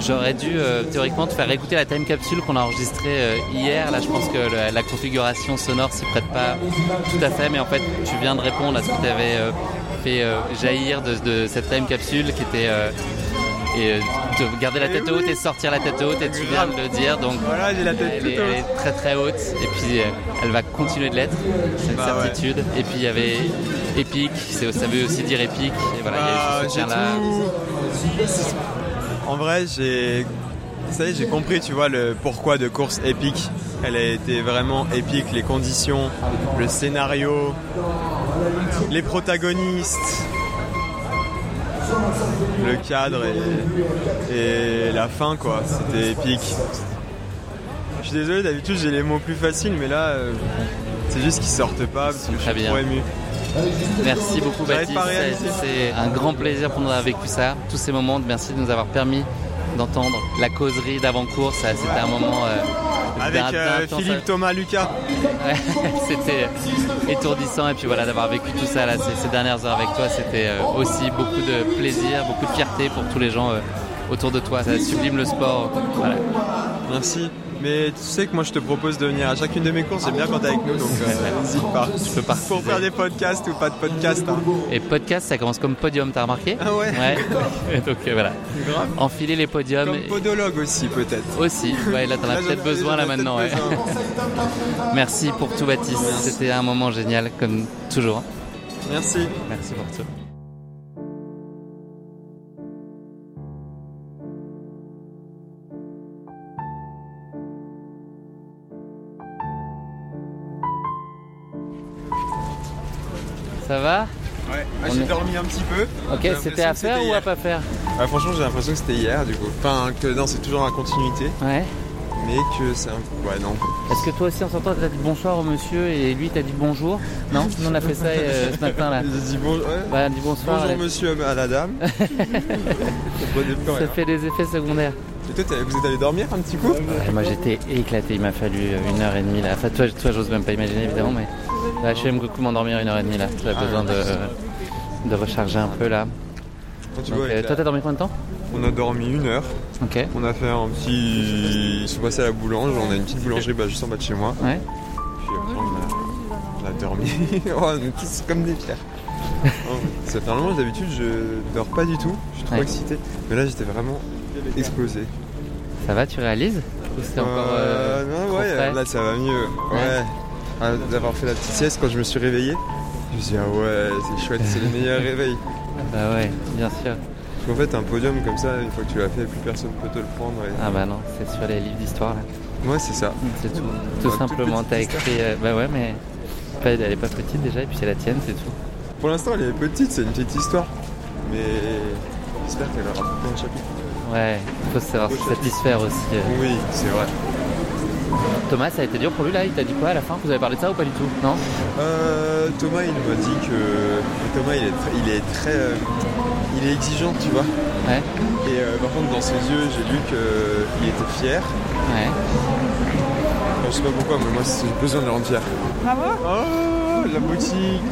A: J'aurais dû euh, théoriquement te faire écouter la time capsule qu'on a enregistrée euh, hier. Là, je pense que le- la configuration sonore s'y prête pas tout à fait, mais en fait, tu viens de répondre à ce que tu avais fait euh, jaillir de, de cette time capsule qui était. euh, et euh, de garder la tête haute et sortir la tête haute, et tu viens de le dire. Donc,
T: Voilà, j'ai la tête
A: elle,
T: toute
A: est, elle est très très haute, et puis euh, elle va continuer de l'être, c'est une
T: Bah ouais.
A: certitude. Et puis il y avait épique, c'est- ça veut aussi dire épique, et voilà,
T: Bah,
A: il y a eu ce
D: J'ai
A: soutien-là.
D: tout. En vrai, j'ai. Ça y est, j'ai compris, tu vois, le pourquoi de course épique. Elle a été vraiment épique, les conditions, le scénario, les protagonistes, le cadre et, et la fin, quoi. C'était épique. Je suis désolé, d'habitude j'ai les mots plus faciles, mais là, euh, c'est juste qu'ils sortent pas parce que je suis trop ému.
A: Merci beaucoup Baptiste,
D: J'arrive pas à réaliser.
A: C'est- c'est un grand plaisir pour nous d'avoir vécu ça, tous ces moments, merci de nous avoir permis d'entendre la causerie d'avant-course, Ça, c'était un moment... euh,
D: Avec
A: d'un-
D: euh,
A: d'intense-
D: Philippe, Thomas, Lucas.
A: Ouais, c'était étourdissant et puis voilà d'avoir vécu tout ça là, ces, ces dernières heures avec toi c'était euh, aussi beaucoup de plaisir, beaucoup de fierté pour tous les gens euh, autour de toi, ça sublime le sport. Voilà.
D: Merci. Mais tu sais que moi je te propose de venir à chacune de mes courses, j'aime bien quand t'es avec nous, donc euh, n'hésite pas.
A: Tu peux participer.
D: Pour faire des podcasts ou pas de podcasts. hein.
A: Et podcast ça commence comme podium, t'as remarqué
D: Ah ouais.
A: Et donc euh, voilà.
D: Grave.
A: Enfiler les podiums.
D: Comme podologue aussi peut-être.
A: Aussi, ouais, là t'en as
D: Là, j'en-
A: peut-être besoin
D: j'en ai
A: là
D: peut-être
A: maintenant. ouais. Merci pour tout Baptiste, c'était un moment génial comme toujours.
D: Merci.
A: Merci pour tout. Ça va
D: Ouais, bah,
A: On
D: j'ai
A: est-
D: dormi un petit peu.
A: Ok,
D: J'ai l'impression
A: c'était à
D: que
A: faire ou à
D: Euh, hier.
A: pas faire
D: Ah, Franchement, j'ai l'impression que c'était hier du coup. Enfin, que non, c'est toujours dans la continuité.
A: Ouais.
D: Mais que c'est un peu. Ouais, non.
A: Est-ce que toi aussi en sortant t'as dit bonsoir au monsieur et lui t'as dit bonjour Non, nous on a fait ça euh, ce matin là.
D: J'ai dit bon- ouais.
A: Bah, dis bonsoir.
D: Bonjour
A: allez.
D: monsieur euh, à la dame. Comprenez plus
A: Ça
D: rien.
A: fait des effets secondaires.
D: hein. Et toi, t'es- vous êtes allé dormir un petit coup
A: Ouais, Moi j'étais éclaté, il m'a fallu euh, une heure et demie là. Enfin, toi, toi j'ose même pas imaginer évidemment, mais là je vais beaucoup m'endormir une heure et demie là. J'avais
D: Ah,
A: besoin de,
D: ouais.
A: de recharger un peu là.
D: Quand tu
A: Donc,
D: vois avec
A: euh,
D: la-
A: toi t'as dormi combien de temps
D: On a dormi une heure.
A: Ok.
D: On a fait un petit. Ils sont passés à la boulange. On a une petite boulangerie bah, juste en bas de chez moi.
A: Ouais.
D: Puis après, on a, on a dormi. oh, on est tous comme des pierres. Oh, ça fait un moment, d'habitude, je dors pas du tout. Je suis trop
A: Ouais.
D: excité. Mais là, j'étais vraiment explosé.
A: Ça va, tu réalises Ou c'est encore. euh,
D: Euh, non,
A: trop
D: ouais,
A: frais
D: là, ça va mieux. Ouais.
A: Ouais.
D: Ah, D'avoir fait la petite sieste quand je me suis réveillé, je me suis dit, ah ouais, c'est chouette, c'est le meilleur réveil.
A: Bah ouais, bien sûr.
D: Parce qu'en fait, un podium comme ça, une fois que tu l'as fait, plus personne peut te le prendre. et-
A: Ah bah non, c'est sur les livres d'histoire là.
D: Ouais, c'est ça.
A: C'est tout.
D: Un
A: Tout
D: tout
A: simplement,
D: petit
A: t'as
D: histoire.
A: écrit. euh, bah ouais, mais pas- elle est pas petite déjà, et puis c'est la tienne, c'est tout.
D: Pour l'instant, elle est petite, c'est une petite histoire. Mais j'espère qu'elle aura plein de chapitres.
A: Ouais, faut savoir se satisfaire aussi. euh.
D: Oui, c'est vrai.
A: Thomas, ça a été dur pour lui là, il t'a dit quoi à la fin Vous avez parlé de ça ou pas du tout Non
D: Euh, Thomas, il m'a dit que Thomas, il est très, il est très, euh, il est exigeant, tu vois.
A: Ouais.
D: Et euh, par contre, dans ses yeux, j'ai lu qu'il était fier.
A: Ouais.
D: je sais pas pourquoi, mais moi, j'ai besoin de le rendre fier.
W: Bravo
D: Oh, la boutique.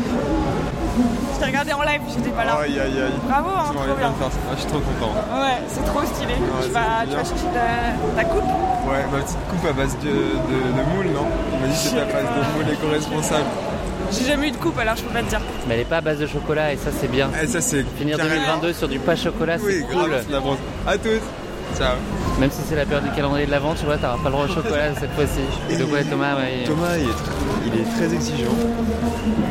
W: Je t'ai regardé en live, j'étais pas là.
D: Aïe, aïe, aïe.
W: Bravo, hein,
D: Tu m'aurais
W: trop
D: bien
W: bien.
D: faire ça. Ah, je suis trop content.
W: Ouais, c'est trop stylé.
D: Ouais,
W: tu,
D: c'est
W: vas, tu
D: bien.
W: vas chercher ta, ta coupe
D: Ouais, ma petite coupe à base de, de, de moule, non Il m'a dit que c'était à base de moule éco-responsable.
W: J'ai jamais eu de coupe alors je peux pas te dire.
A: Mais elle est pas à base de chocolat et ça c'est bien.
D: Et Eh, ça c'est
A: finir
D: carrément-
A: 2022 sur du pas chocolat,
D: Oui,
A: c'est cool.
D: grave, la bronze. À toutes. Ciao.
A: Même si c'est la période du calendrier de l'avant, tu vois, t'auras pas le droit au chocolat cette fois-ci. Et donc ouais, Thomas, ouais,
D: Thomas, il est, tr- il est très exigeant.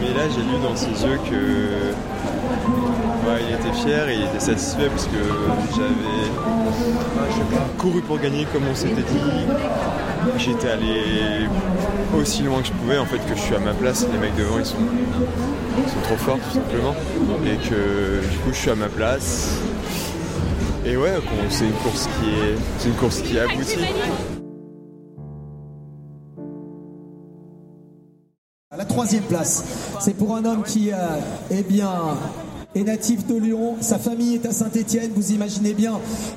D: Mais là, j'ai lu dans ses yeux que. Ouais, il était fier et il était satisfait parce que j'avais couru pour gagner comme on s'était dit. J'étais allé aussi loin que je pouvais en fait que je suis à ma place. Les mecs devant ils sont, ils sont trop forts tout simplement. Et que du coup je suis à ma place. Et ouais, qu'on- c'est une course qui est. C'est une course qui aboutit.
J: La troisième place, c'est pour un homme qui euh, eh bien, est natif de Lyon, sa famille est à Saint-Étienne, vous imaginez bien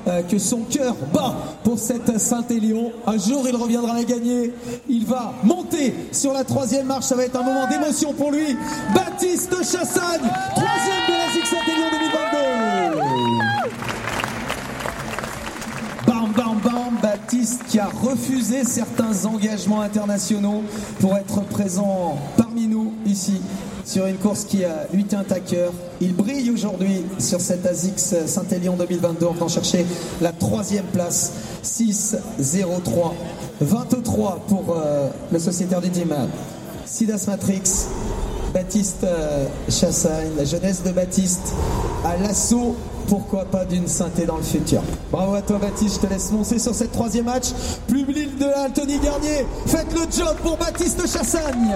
J: euh, que son cœur bat pour cette Saint-Élion. Un jour, il reviendra la gagner, il va monter sur la troisième marche, ça va être un moment d'émotion pour lui. Baptiste Chassagne, troisième de la Zig Saint-Élion 2022. qui a refusé certains engagements internationaux pour être présent parmi nous ici sur une course qui euh, lui tient à cœur. Il brille aujourd'hui sur cette ASICS Saint-Élion 2022 en venant chercher la troisième place 6-0-3 23 pour euh, le sociétaire du team euh, Sidas Matrix Baptiste euh, Chassagne la jeunesse de Baptiste à l'assaut pourquoi pas d'une synthé dans le futur bravo à toi Baptiste je te laisse monter sur cette troisième match plus l'île de la Anthony Garnier faites le job pour Baptiste Chassagne